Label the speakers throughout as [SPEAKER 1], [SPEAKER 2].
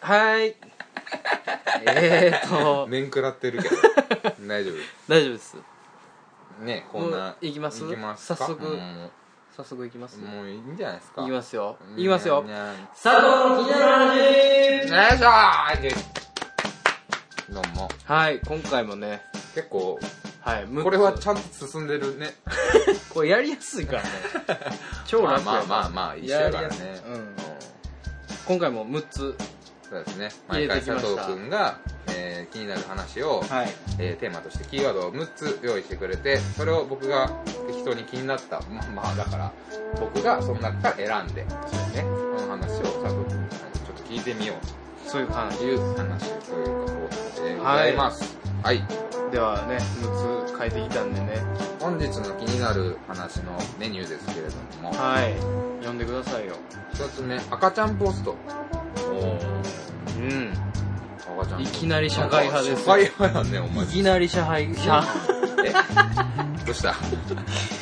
[SPEAKER 1] はい。えーと、
[SPEAKER 2] 面食らってる けど大丈
[SPEAKER 1] 大丈夫です。
[SPEAKER 2] 夫ねこん
[SPEAKER 1] も
[SPEAKER 2] な
[SPEAKER 1] ういきます
[SPEAKER 2] いきますか
[SPEAKER 1] 早速
[SPEAKER 2] うん
[SPEAKER 1] 早速いきます。
[SPEAKER 2] もういいんじゃないですか
[SPEAKER 1] いきますよ。
[SPEAKER 2] うん
[SPEAKER 1] いきますよ
[SPEAKER 2] に。ゃんにゃん
[SPEAKER 1] 佐藤気になる話
[SPEAKER 2] よいしょーでどうも
[SPEAKER 1] はい、今回もね、
[SPEAKER 2] 結構
[SPEAKER 1] はい、6つ
[SPEAKER 2] これはちゃんと進んでるね
[SPEAKER 1] これやりやすいからね。 超楽やから
[SPEAKER 2] まあまあまあまあ一緒やか
[SPEAKER 1] や
[SPEAKER 2] らね
[SPEAKER 1] りやすいうん
[SPEAKER 2] うん
[SPEAKER 1] 今回も6つ。
[SPEAKER 2] そうですね
[SPEAKER 1] 入れ
[SPEAKER 2] 毎回
[SPEAKER 1] てきま
[SPEAKER 2] 佐
[SPEAKER 1] した
[SPEAKER 2] 藤くんが、えー気になる話を、
[SPEAKER 1] はい。
[SPEAKER 2] えーテーマとしてキーワードを6つ用意してくれてそれを僕が適当に気になったまあまあだから僕がその中から選んでそうねこの話を佐藤くんにちょっと聞いてみよう
[SPEAKER 1] そういう感
[SPEAKER 2] と
[SPEAKER 1] じ。
[SPEAKER 2] いう話ということでございますはい、
[SPEAKER 1] ではね、6つ変えてきたんでね。
[SPEAKER 2] 本日の気になる話のメニューですけれども
[SPEAKER 1] はい。読んでくださいよ。
[SPEAKER 2] 1つ目赤ちゃんポスト
[SPEAKER 1] うん。
[SPEAKER 2] 赤ちゃんポスト
[SPEAKER 1] いきなり社会派です
[SPEAKER 2] 社会派やねお
[SPEAKER 1] い
[SPEAKER 2] 前
[SPEAKER 1] きなり社配、社、
[SPEAKER 2] えどうした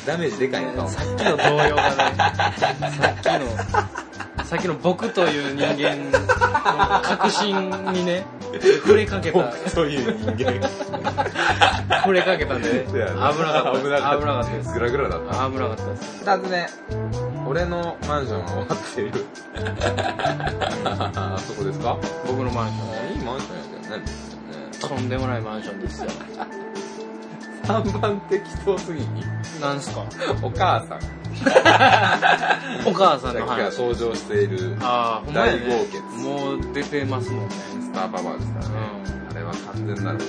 [SPEAKER 2] ダメージでかいのかお前
[SPEAKER 1] さっきの動揺がね、さっきの、さっきの僕という人間の確信にね、 触れかけた、
[SPEAKER 2] という人間
[SPEAKER 1] 触れかけたんで、 ね、危なかった。
[SPEAKER 2] 危
[SPEAKER 1] 危
[SPEAKER 2] な
[SPEAKER 1] な
[SPEAKER 2] かった
[SPEAKER 1] かったです。
[SPEAKER 2] グラグラだっ
[SPEAKER 1] 危
[SPEAKER 2] た
[SPEAKER 1] なかったです。
[SPEAKER 2] 二つ目俺のマンションが終わってい るあそこですか
[SPEAKER 1] 僕のマンションね
[SPEAKER 2] いいマンションやけどね
[SPEAKER 1] とんでもないマンションですよ。
[SPEAKER 2] 3番適当すぎに
[SPEAKER 1] なんすか
[SPEAKER 2] お母さん
[SPEAKER 1] お母さんの
[SPEAKER 2] が
[SPEAKER 1] 話。
[SPEAKER 2] 登場している
[SPEAKER 1] ああ、ほんまやね
[SPEAKER 2] 大豪傑
[SPEAKER 1] もう出てますもんね。
[SPEAKER 2] スターパパですから
[SPEAKER 1] う
[SPEAKER 2] ね
[SPEAKER 1] ん。
[SPEAKER 2] あれは完全なる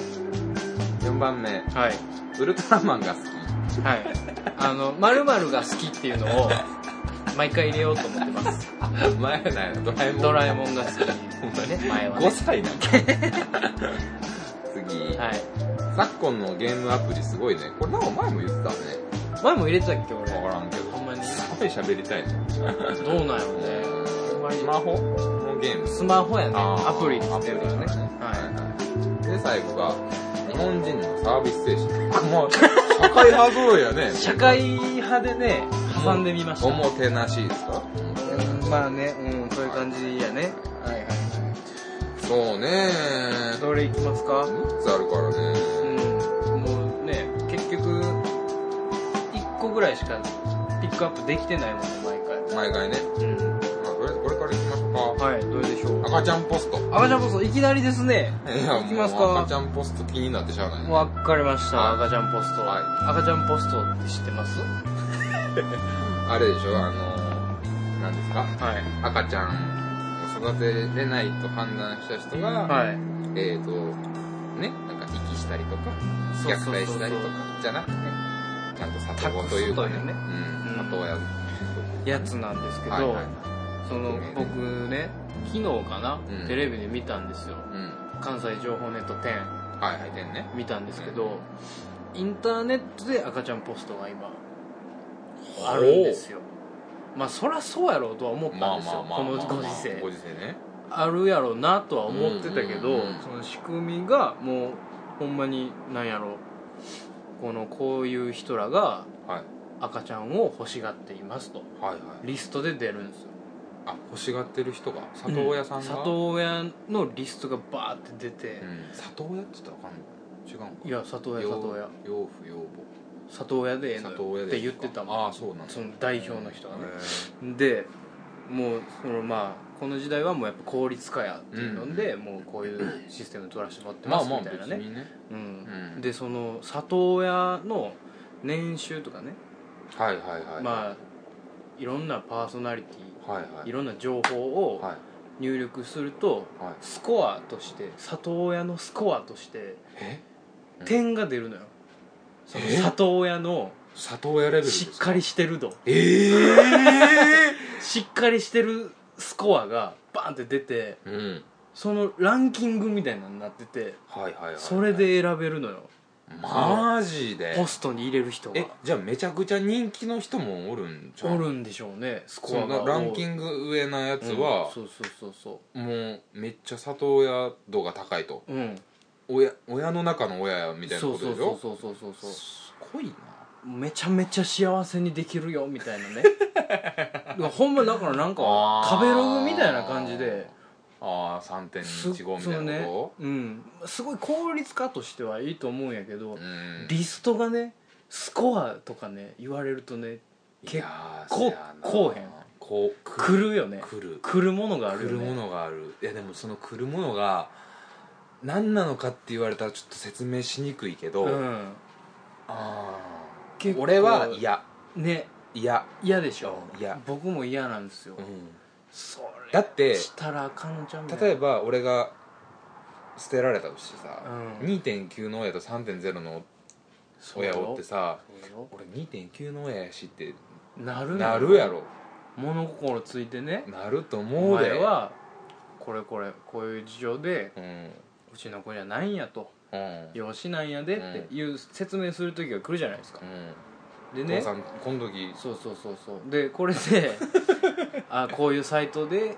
[SPEAKER 2] 4番目
[SPEAKER 1] はい。
[SPEAKER 2] ウルトラマンが好き
[SPEAKER 1] はい。あの、〇〇が好きっていうのを、毎回入れようと思ってます。
[SPEAKER 2] 前ないのドラえもん
[SPEAKER 1] ドラえもんが好き。ね、前は、ね。
[SPEAKER 2] 5歳なんだ 次、
[SPEAKER 1] はい。
[SPEAKER 2] 昨今のゲームアプリすごいねこれなんか前も言ってたね
[SPEAKER 1] 前も入れてたっけ、俺。
[SPEAKER 2] 分からんけど
[SPEAKER 1] ほんまに。
[SPEAKER 2] すごい喋りたいね
[SPEAKER 1] どうなんやろね。ほんま
[SPEAKER 2] ス
[SPEAKER 1] に
[SPEAKER 2] マホのゲーム
[SPEAKER 1] スマホやね。
[SPEAKER 2] あ
[SPEAKER 1] ア
[SPEAKER 2] ー
[SPEAKER 1] プリって言
[SPEAKER 2] ア
[SPEAKER 1] っ
[SPEAKER 2] プ
[SPEAKER 1] て
[SPEAKER 2] リ
[SPEAKER 1] る
[SPEAKER 2] だ
[SPEAKER 1] からね。
[SPEAKER 2] ね
[SPEAKER 1] は
[SPEAKER 2] はいで最後が日本人のサービス精神あもう社会派揃いやね
[SPEAKER 1] い。社会派でね、挟んでみました。
[SPEAKER 2] おもてなしですか
[SPEAKER 1] うんまあね、うん、そういう感じやね。はいはいは
[SPEAKER 2] そうね
[SPEAKER 1] どれいきますか
[SPEAKER 2] 6つあるからね
[SPEAKER 1] うん、もうね、結局、1個ぐらいしかピックアップできてないもんね、
[SPEAKER 2] 毎回ね
[SPEAKER 1] 毎回。うん。
[SPEAKER 2] まあとりあえずこれからいきましょうか
[SPEAKER 1] はい、どれでしょう。
[SPEAKER 2] 赤ちゃんポスト
[SPEAKER 1] 赤ちゃんポスト、いきなりですね。
[SPEAKER 2] いや
[SPEAKER 1] いきますか
[SPEAKER 2] もう赤ちゃんポスト気になってしゃあないね
[SPEAKER 1] わかりました、赤ちゃんポスト。
[SPEAKER 2] はい
[SPEAKER 1] 赤ちゃんポストって知ってます
[SPEAKER 2] あれでしょあの何ですか
[SPEAKER 1] はい。
[SPEAKER 2] 赤ちゃんを育てれないと判断した人が、
[SPEAKER 1] はい。
[SPEAKER 2] えーとねなんか息したりとか
[SPEAKER 1] そう
[SPEAKER 2] 虐
[SPEAKER 1] そうそう
[SPEAKER 2] 待
[SPEAKER 1] そう
[SPEAKER 2] したりとかじゃなくてちゃんと里子という
[SPEAKER 1] 託すと
[SPEAKER 2] かね
[SPEAKER 1] いうね
[SPEAKER 2] うん、
[SPEAKER 1] うん
[SPEAKER 2] 里親
[SPEAKER 1] やつなんですけど、
[SPEAKER 2] はいはい
[SPEAKER 1] その
[SPEAKER 2] うん
[SPEAKER 1] 僕ね、昨日かな、
[SPEAKER 2] うん
[SPEAKER 1] テレビで見たんですよ。
[SPEAKER 2] うん
[SPEAKER 1] 関西情報ネット10
[SPEAKER 2] はいはいでんね
[SPEAKER 1] 見たんですけど、インターネットで赤ちゃんポストが今、あるんですよ。まあそらそうやろうとは思っ
[SPEAKER 2] ほうま
[SPEAKER 1] た
[SPEAKER 2] あ
[SPEAKER 1] んです
[SPEAKER 2] まあ
[SPEAKER 1] よ、
[SPEAKER 2] まあ
[SPEAKER 1] この
[SPEAKER 2] まあ
[SPEAKER 1] ご
[SPEAKER 2] まあ
[SPEAKER 1] 時世
[SPEAKER 2] ご。時世ね
[SPEAKER 1] あるやろうなとは思ってたけ
[SPEAKER 2] うん
[SPEAKER 1] ど
[SPEAKER 2] うんうんうん
[SPEAKER 1] その仕組みがもうほんまになんやろうこのこういう人らが
[SPEAKER 2] はい
[SPEAKER 1] 赤ちゃんを欲しがっていますと
[SPEAKER 2] はいはい
[SPEAKER 1] リストで出るんですよ
[SPEAKER 2] あ欲しがってる人が里親さんが、
[SPEAKER 1] 里親のリストがバーって出て
[SPEAKER 2] う、ん里親って言ったらわかんない違うんか
[SPEAKER 1] いや里親
[SPEAKER 2] 養
[SPEAKER 1] 里親
[SPEAKER 2] 養父養
[SPEAKER 1] 里親でええ
[SPEAKER 2] 母
[SPEAKER 1] の
[SPEAKER 2] 里
[SPEAKER 1] よ
[SPEAKER 2] 親
[SPEAKER 1] っ
[SPEAKER 2] で
[SPEAKER 1] て
[SPEAKER 2] いい
[SPEAKER 1] 言
[SPEAKER 2] の
[SPEAKER 1] っ
[SPEAKER 2] か
[SPEAKER 1] てたもん
[SPEAKER 2] ああそうなんだ
[SPEAKER 1] その代表の人がね
[SPEAKER 2] へー
[SPEAKER 1] でもうそのまあこの時代はもうやっぱ効率化やっていうので、もうこういうシステム取らせてもらってま
[SPEAKER 2] まあ
[SPEAKER 1] すみ
[SPEAKER 2] まあ
[SPEAKER 1] たい
[SPEAKER 2] 別
[SPEAKER 1] なね、
[SPEAKER 2] にね
[SPEAKER 1] うん
[SPEAKER 2] うん
[SPEAKER 1] でその里親の年収とかね、
[SPEAKER 2] はいはいはい
[SPEAKER 1] まあいろんなパーソナリテ
[SPEAKER 2] はいは
[SPEAKER 1] ィい
[SPEAKER 2] い
[SPEAKER 1] ろんな情報を
[SPEAKER 2] はい
[SPEAKER 1] 入力すると、
[SPEAKER 2] はい
[SPEAKER 1] スコアとして里親のスコアとして
[SPEAKER 2] えうん
[SPEAKER 1] 点が出るのよ、その
[SPEAKER 2] え
[SPEAKER 1] 里親の
[SPEAKER 2] 里親レベルです
[SPEAKER 1] し
[SPEAKER 2] か
[SPEAKER 1] っかりしてる度
[SPEAKER 2] ええ
[SPEAKER 1] しっかりしてるスコアがバンって出て
[SPEAKER 2] うん
[SPEAKER 1] そのランキングみたいなのになってて
[SPEAKER 2] はいはいはい
[SPEAKER 1] それで選べるのよ
[SPEAKER 2] マジで
[SPEAKER 1] ポストに入れる人が
[SPEAKER 2] えじゃあめちゃくちゃ人気の人もおるんじゃ
[SPEAKER 1] お
[SPEAKER 2] ん
[SPEAKER 1] るんでしょうねスコ
[SPEAKER 2] そ
[SPEAKER 1] ア
[SPEAKER 2] んな
[SPEAKER 1] が
[SPEAKER 2] ランキ
[SPEAKER 1] グ
[SPEAKER 2] ング上なやつは、
[SPEAKER 1] そうそうそうそ
[SPEAKER 2] もうめっちゃ里親度が高いと
[SPEAKER 1] ううん
[SPEAKER 2] 親親の中の親やみたいな
[SPEAKER 1] そ
[SPEAKER 2] こ
[SPEAKER 1] う
[SPEAKER 2] と
[SPEAKER 1] そ
[SPEAKER 2] で
[SPEAKER 1] う
[SPEAKER 2] しょ
[SPEAKER 1] そうそうそうそう
[SPEAKER 2] すごいな
[SPEAKER 1] めちゃめちゃ幸せにできるよみ たいなねだからほんまだからなんか
[SPEAKER 2] あー
[SPEAKER 1] 食べログみたいな感じで
[SPEAKER 2] ああ
[SPEAKER 1] す
[SPEAKER 2] 3.15み
[SPEAKER 1] そ
[SPEAKER 2] た
[SPEAKER 1] の
[SPEAKER 2] いな
[SPEAKER 1] ね
[SPEAKER 2] こ、
[SPEAKER 1] うん、すごい効率化としてはいいと思うんやけど、
[SPEAKER 2] とうん
[SPEAKER 1] リストがねスコアとかね言われるとね結構こうへん
[SPEAKER 2] こう
[SPEAKER 1] 来るよね
[SPEAKER 2] 来る
[SPEAKER 1] 来るものがあ
[SPEAKER 2] 来
[SPEAKER 1] る
[SPEAKER 2] る
[SPEAKER 1] よ
[SPEAKER 2] も
[SPEAKER 1] ね
[SPEAKER 2] のがあるいやでもその来るものが何なのかって言われたらちょっと説明しにくいけど、
[SPEAKER 1] うん
[SPEAKER 2] あー
[SPEAKER 1] 結構
[SPEAKER 2] 俺は嫌
[SPEAKER 1] ね
[SPEAKER 2] 嫌、
[SPEAKER 1] 嫌でしょ
[SPEAKER 2] うん嫌
[SPEAKER 1] 僕も嫌なんですよ、
[SPEAKER 2] うん、
[SPEAKER 1] それ
[SPEAKER 2] だって
[SPEAKER 1] したらあかんのちゃうみたいな
[SPEAKER 2] 例えば俺が捨てられたとしてさ、
[SPEAKER 1] うん
[SPEAKER 2] 2.9の親と3.0の
[SPEAKER 1] そうよ
[SPEAKER 2] 親をってさ
[SPEAKER 1] そうよ
[SPEAKER 2] 俺2.9の親やしって
[SPEAKER 1] なるのよ
[SPEAKER 2] なるやろ
[SPEAKER 1] 物心ついてね
[SPEAKER 2] なると
[SPEAKER 1] お
[SPEAKER 2] 思うで
[SPEAKER 1] 前はこれこれこういう事情で
[SPEAKER 2] うん
[SPEAKER 1] うちの子じゃないんやと
[SPEAKER 2] うん
[SPEAKER 1] 養子なんやでっていう説明する時が来るじゃないですかで
[SPEAKER 2] うん、
[SPEAKER 1] ね
[SPEAKER 2] 父さんこの時
[SPEAKER 1] そうそうそうそうでこれ であこういうサイトで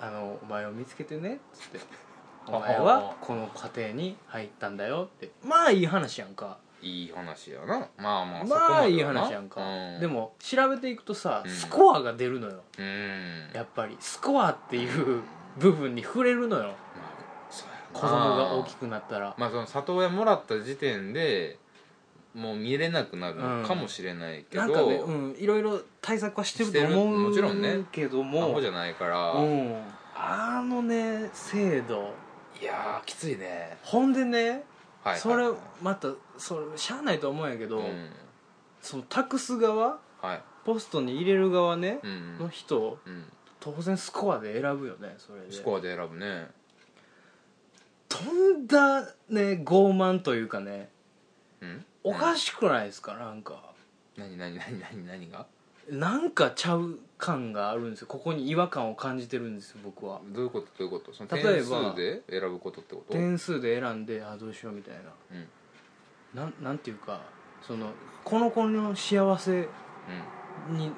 [SPEAKER 1] あのお前を見つけてねっつって「お前はこの家庭に入ったんだよ」ってまあいい話やんか
[SPEAKER 2] いい話やなまあまあそこ
[SPEAKER 1] まあ
[SPEAKER 2] で
[SPEAKER 1] いい
[SPEAKER 2] はな
[SPEAKER 1] 話やんか、
[SPEAKER 2] うん、
[SPEAKER 1] でも調べていくとさ、
[SPEAKER 2] うん
[SPEAKER 1] スコアが出るのよ
[SPEAKER 2] うん
[SPEAKER 1] やっぱりスコアっていう部分に触れるのよ
[SPEAKER 2] まあそうやろな
[SPEAKER 1] 子供が大きくなったら
[SPEAKER 2] まあその里親もらった時点でもう見れなくなるのかもしれないけど、
[SPEAKER 1] なんかねうんいろいろ対策はしてると思う
[SPEAKER 2] してるもちろんね
[SPEAKER 1] けど
[SPEAKER 2] ア
[SPEAKER 1] も
[SPEAKER 2] ホじゃないから、
[SPEAKER 1] うん、あのね制度
[SPEAKER 2] いやーきついね
[SPEAKER 1] ほんでね
[SPEAKER 2] はい、はい、
[SPEAKER 1] それ
[SPEAKER 2] うん
[SPEAKER 1] またそれしゃあないと思うんやけど、その託す側
[SPEAKER 2] はい
[SPEAKER 1] ポストに入れる側ね
[SPEAKER 2] う、ん
[SPEAKER 1] の人
[SPEAKER 2] うん
[SPEAKER 1] 当然スコアで選ぶよねそれで
[SPEAKER 2] スコアで選ぶね
[SPEAKER 1] とんだね傲慢というかね
[SPEAKER 2] うん
[SPEAKER 1] おか
[SPEAKER 2] し
[SPEAKER 1] しくないですかなんか
[SPEAKER 2] 何何何何何が
[SPEAKER 1] なんかちゃう感があるんですよここに違和感を感じてるんですよ僕は
[SPEAKER 2] どういうことどういうことその
[SPEAKER 1] 例
[SPEAKER 2] 点
[SPEAKER 1] えば
[SPEAKER 2] 数で選ぶことってこと
[SPEAKER 1] 点数で選んであどうしようみたい
[SPEAKER 2] うんうん
[SPEAKER 1] ななんなんていうかそのこの子の幸せに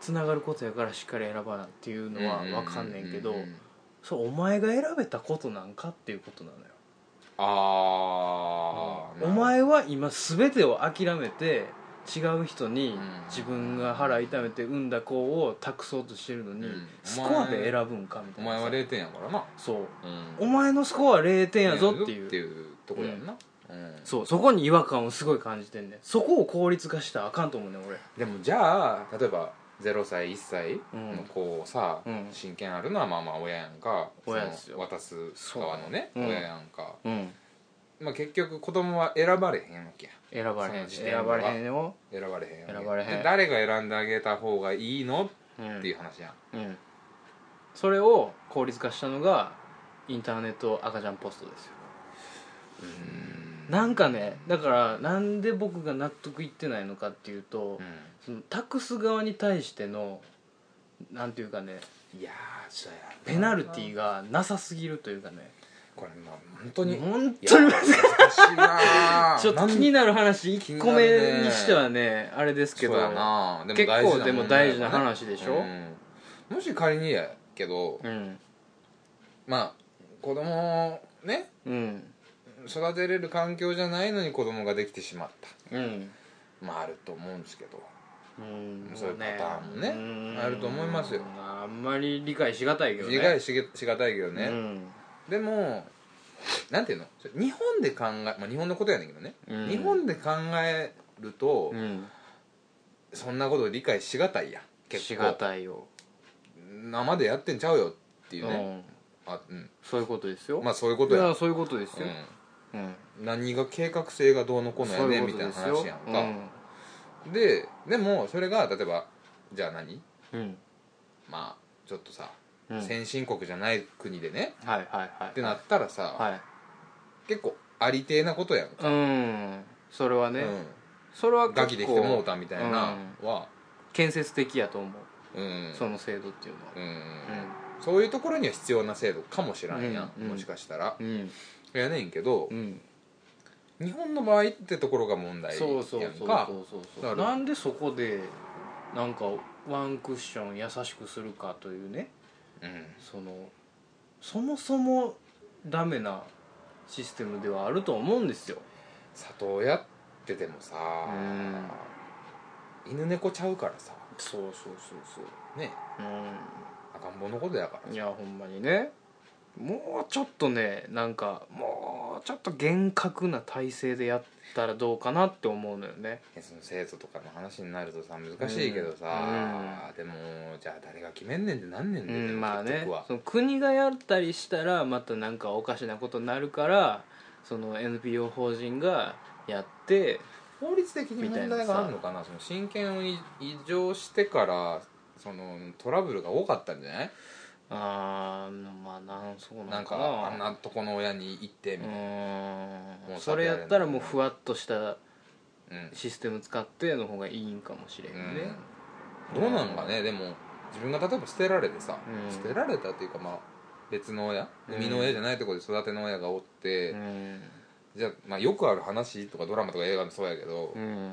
[SPEAKER 1] つながることやからしっかり選ばなっていうのは分かんねんけど、
[SPEAKER 2] うううん
[SPEAKER 1] そうお前が選べたことなんかっていうことなのよ
[SPEAKER 2] ああ
[SPEAKER 1] お前は今全てを諦めて違う人に
[SPEAKER 2] うん
[SPEAKER 1] 自分が腹痛めて産んだ子を託そうとしてるのに、
[SPEAKER 2] うん
[SPEAKER 1] スコアで選ぶんかみた
[SPEAKER 2] お
[SPEAKER 1] いな
[SPEAKER 2] 前
[SPEAKER 1] さ
[SPEAKER 2] は0点やからな
[SPEAKER 1] そう
[SPEAKER 2] うん
[SPEAKER 1] お前のスコアは0点やぞっていう
[SPEAKER 2] っていうとこやんな、うん
[SPEAKER 1] そうそこに違和感をすごい感じてんねんそこを効率化したらあかんと思うねん俺
[SPEAKER 2] でもじゃあ例えば0歳1歳の子をさ、
[SPEAKER 1] うん
[SPEAKER 2] 親権あるのはまあまあ親やんか
[SPEAKER 1] 親ですよ
[SPEAKER 2] その渡す側のね、
[SPEAKER 1] そううん
[SPEAKER 2] 親やんか、
[SPEAKER 1] うん
[SPEAKER 2] まあ、結局子供は選ばれへんわけや
[SPEAKER 1] 選ばれへん
[SPEAKER 2] その時点では
[SPEAKER 1] 選ばれへんよ
[SPEAKER 2] 選ばれへんわけ
[SPEAKER 1] 選ばれへん
[SPEAKER 2] で誰が選んであげた方がいいの
[SPEAKER 1] うん
[SPEAKER 2] っていう話やん、
[SPEAKER 1] うんそれを効率化したのがインターネット赤ちゃんポストですよなんかねだからなんで僕が納得いってないのかっていうと、
[SPEAKER 2] う
[SPEAKER 1] その託す側に対してのなんていうかね
[SPEAKER 2] んいやーそうやな
[SPEAKER 1] ペナルティーがなさすぎるというかね
[SPEAKER 2] これまあ本当に
[SPEAKER 1] 本
[SPEAKER 2] いや
[SPEAKER 1] 当に
[SPEAKER 2] 難しいなー
[SPEAKER 1] ちょっと気になる話1個目にしてはねあれですけど
[SPEAKER 2] そうやな
[SPEAKER 1] 結
[SPEAKER 2] 大事
[SPEAKER 1] 構
[SPEAKER 2] な
[SPEAKER 1] でも
[SPEAKER 2] 問題
[SPEAKER 1] 大
[SPEAKER 2] や
[SPEAKER 1] 事
[SPEAKER 2] から
[SPEAKER 1] な
[SPEAKER 2] ね
[SPEAKER 1] 話でしょ
[SPEAKER 2] うんもし仮にやけど、
[SPEAKER 1] うん
[SPEAKER 2] まあ子供をね
[SPEAKER 1] うん
[SPEAKER 2] 育てれる環境じゃないのに子供ができてしまっ
[SPEAKER 1] うん
[SPEAKER 2] たまああると思うんですけど
[SPEAKER 1] うん
[SPEAKER 2] そういうパターンもね
[SPEAKER 1] うん
[SPEAKER 2] あると思いますよ
[SPEAKER 1] あんまり理解しがたいけどね
[SPEAKER 2] 理解しげしがたいけど
[SPEAKER 1] う
[SPEAKER 2] ね、
[SPEAKER 1] ん
[SPEAKER 2] でもなんていうのそれ日本で考え、まあ、日本のことやねんけどね、
[SPEAKER 1] うん
[SPEAKER 2] 日本で考えると、
[SPEAKER 1] うん
[SPEAKER 2] そんなこと理解しがたいやん
[SPEAKER 1] し
[SPEAKER 2] 結
[SPEAKER 1] が
[SPEAKER 2] 構
[SPEAKER 1] たいよ
[SPEAKER 2] 生でやってんちゃうよっていう
[SPEAKER 1] う
[SPEAKER 2] ね、
[SPEAKER 1] ん
[SPEAKER 2] あうん
[SPEAKER 1] そういうことですよ
[SPEAKER 2] まあそういうこ
[SPEAKER 1] い
[SPEAKER 2] とや
[SPEAKER 1] やそういうことですようん
[SPEAKER 2] うん、何が計画性がどうのこうの
[SPEAKER 1] そ
[SPEAKER 2] や
[SPEAKER 1] う
[SPEAKER 2] ね
[SPEAKER 1] いう
[SPEAKER 2] み
[SPEAKER 1] こ
[SPEAKER 2] た
[SPEAKER 1] と
[SPEAKER 2] い
[SPEAKER 1] で
[SPEAKER 2] な
[SPEAKER 1] すよ
[SPEAKER 2] 話やんか、ででもそれが例えばじゃあ何
[SPEAKER 1] うん
[SPEAKER 2] まあちょっと
[SPEAKER 1] うん
[SPEAKER 2] さ、
[SPEAKER 1] うん
[SPEAKER 2] 先進国じゃない国でね
[SPEAKER 1] はいはいはい
[SPEAKER 2] ってなったらさ、
[SPEAKER 1] はい
[SPEAKER 2] 結構ありてえなことやんか、
[SPEAKER 1] うんそれはね
[SPEAKER 2] う
[SPEAKER 1] それは
[SPEAKER 2] ん、
[SPEAKER 1] 結構
[SPEAKER 2] ガキできてもうたみたいなは、
[SPEAKER 1] 建設的やと思う
[SPEAKER 2] うん
[SPEAKER 1] その制度っていうのは
[SPEAKER 2] うんそういうところには必要な制度かもしらんや、
[SPEAKER 1] うんうん
[SPEAKER 2] もしかしたら、
[SPEAKER 1] うんうん
[SPEAKER 2] やねんけど
[SPEAKER 1] う、ん
[SPEAKER 2] 日本の場合ってところが問題やんか
[SPEAKER 1] そうそうそうそうそう
[SPEAKER 2] だから
[SPEAKER 1] なんでそこでなんかワンクッション優しくするかというね
[SPEAKER 2] うん
[SPEAKER 1] そのそもそもダメなシステムではあると思うんですよ
[SPEAKER 2] 里親ってでもさ、
[SPEAKER 1] ん
[SPEAKER 2] 犬猫ちゃうからさ
[SPEAKER 1] そうそうそうそう
[SPEAKER 2] ね
[SPEAKER 1] う
[SPEAKER 2] 赤ん坊のことやから
[SPEAKER 1] んいやほんまにねもうちょっとねなんかもうちょっと厳格な体制でやったらどうかなって思うのよね
[SPEAKER 2] いやその生徒とかの話になるとさ難しいけどさ、でもじゃあ誰が決めんねんってなんねん
[SPEAKER 1] う
[SPEAKER 2] で、で
[SPEAKER 1] ん
[SPEAKER 2] も
[SPEAKER 1] まあ
[SPEAKER 2] 結
[SPEAKER 1] ね
[SPEAKER 2] 局は
[SPEAKER 1] その国がやったりしたらまたなんかおかしなことになるからその NPO 法人がやって
[SPEAKER 2] 法律的に問題があるのかなその親権を異常してからそのトラブルが多かったんじゃない
[SPEAKER 1] あーまあなんそうな
[SPEAKER 2] なんん
[SPEAKER 1] か
[SPEAKER 2] か
[SPEAKER 1] な
[SPEAKER 2] あんなとこの親に行ってみたいな、
[SPEAKER 1] う
[SPEAKER 2] も
[SPEAKER 1] ん
[SPEAKER 2] う
[SPEAKER 1] それやったらもうふわっとした
[SPEAKER 2] うん
[SPEAKER 1] システム使っての方がいいんかもしれんね、
[SPEAKER 2] うんどうなんかねでも自分が例えば捨てられてさ、
[SPEAKER 1] うん
[SPEAKER 2] 捨てられたっていうかまあ別の親
[SPEAKER 1] うん
[SPEAKER 2] 生みの親じゃないところで育ての親がおって、
[SPEAKER 1] うん
[SPEAKER 2] じゃあ,、まあよくある話とかドラマとか映画もそうやけど、
[SPEAKER 1] うん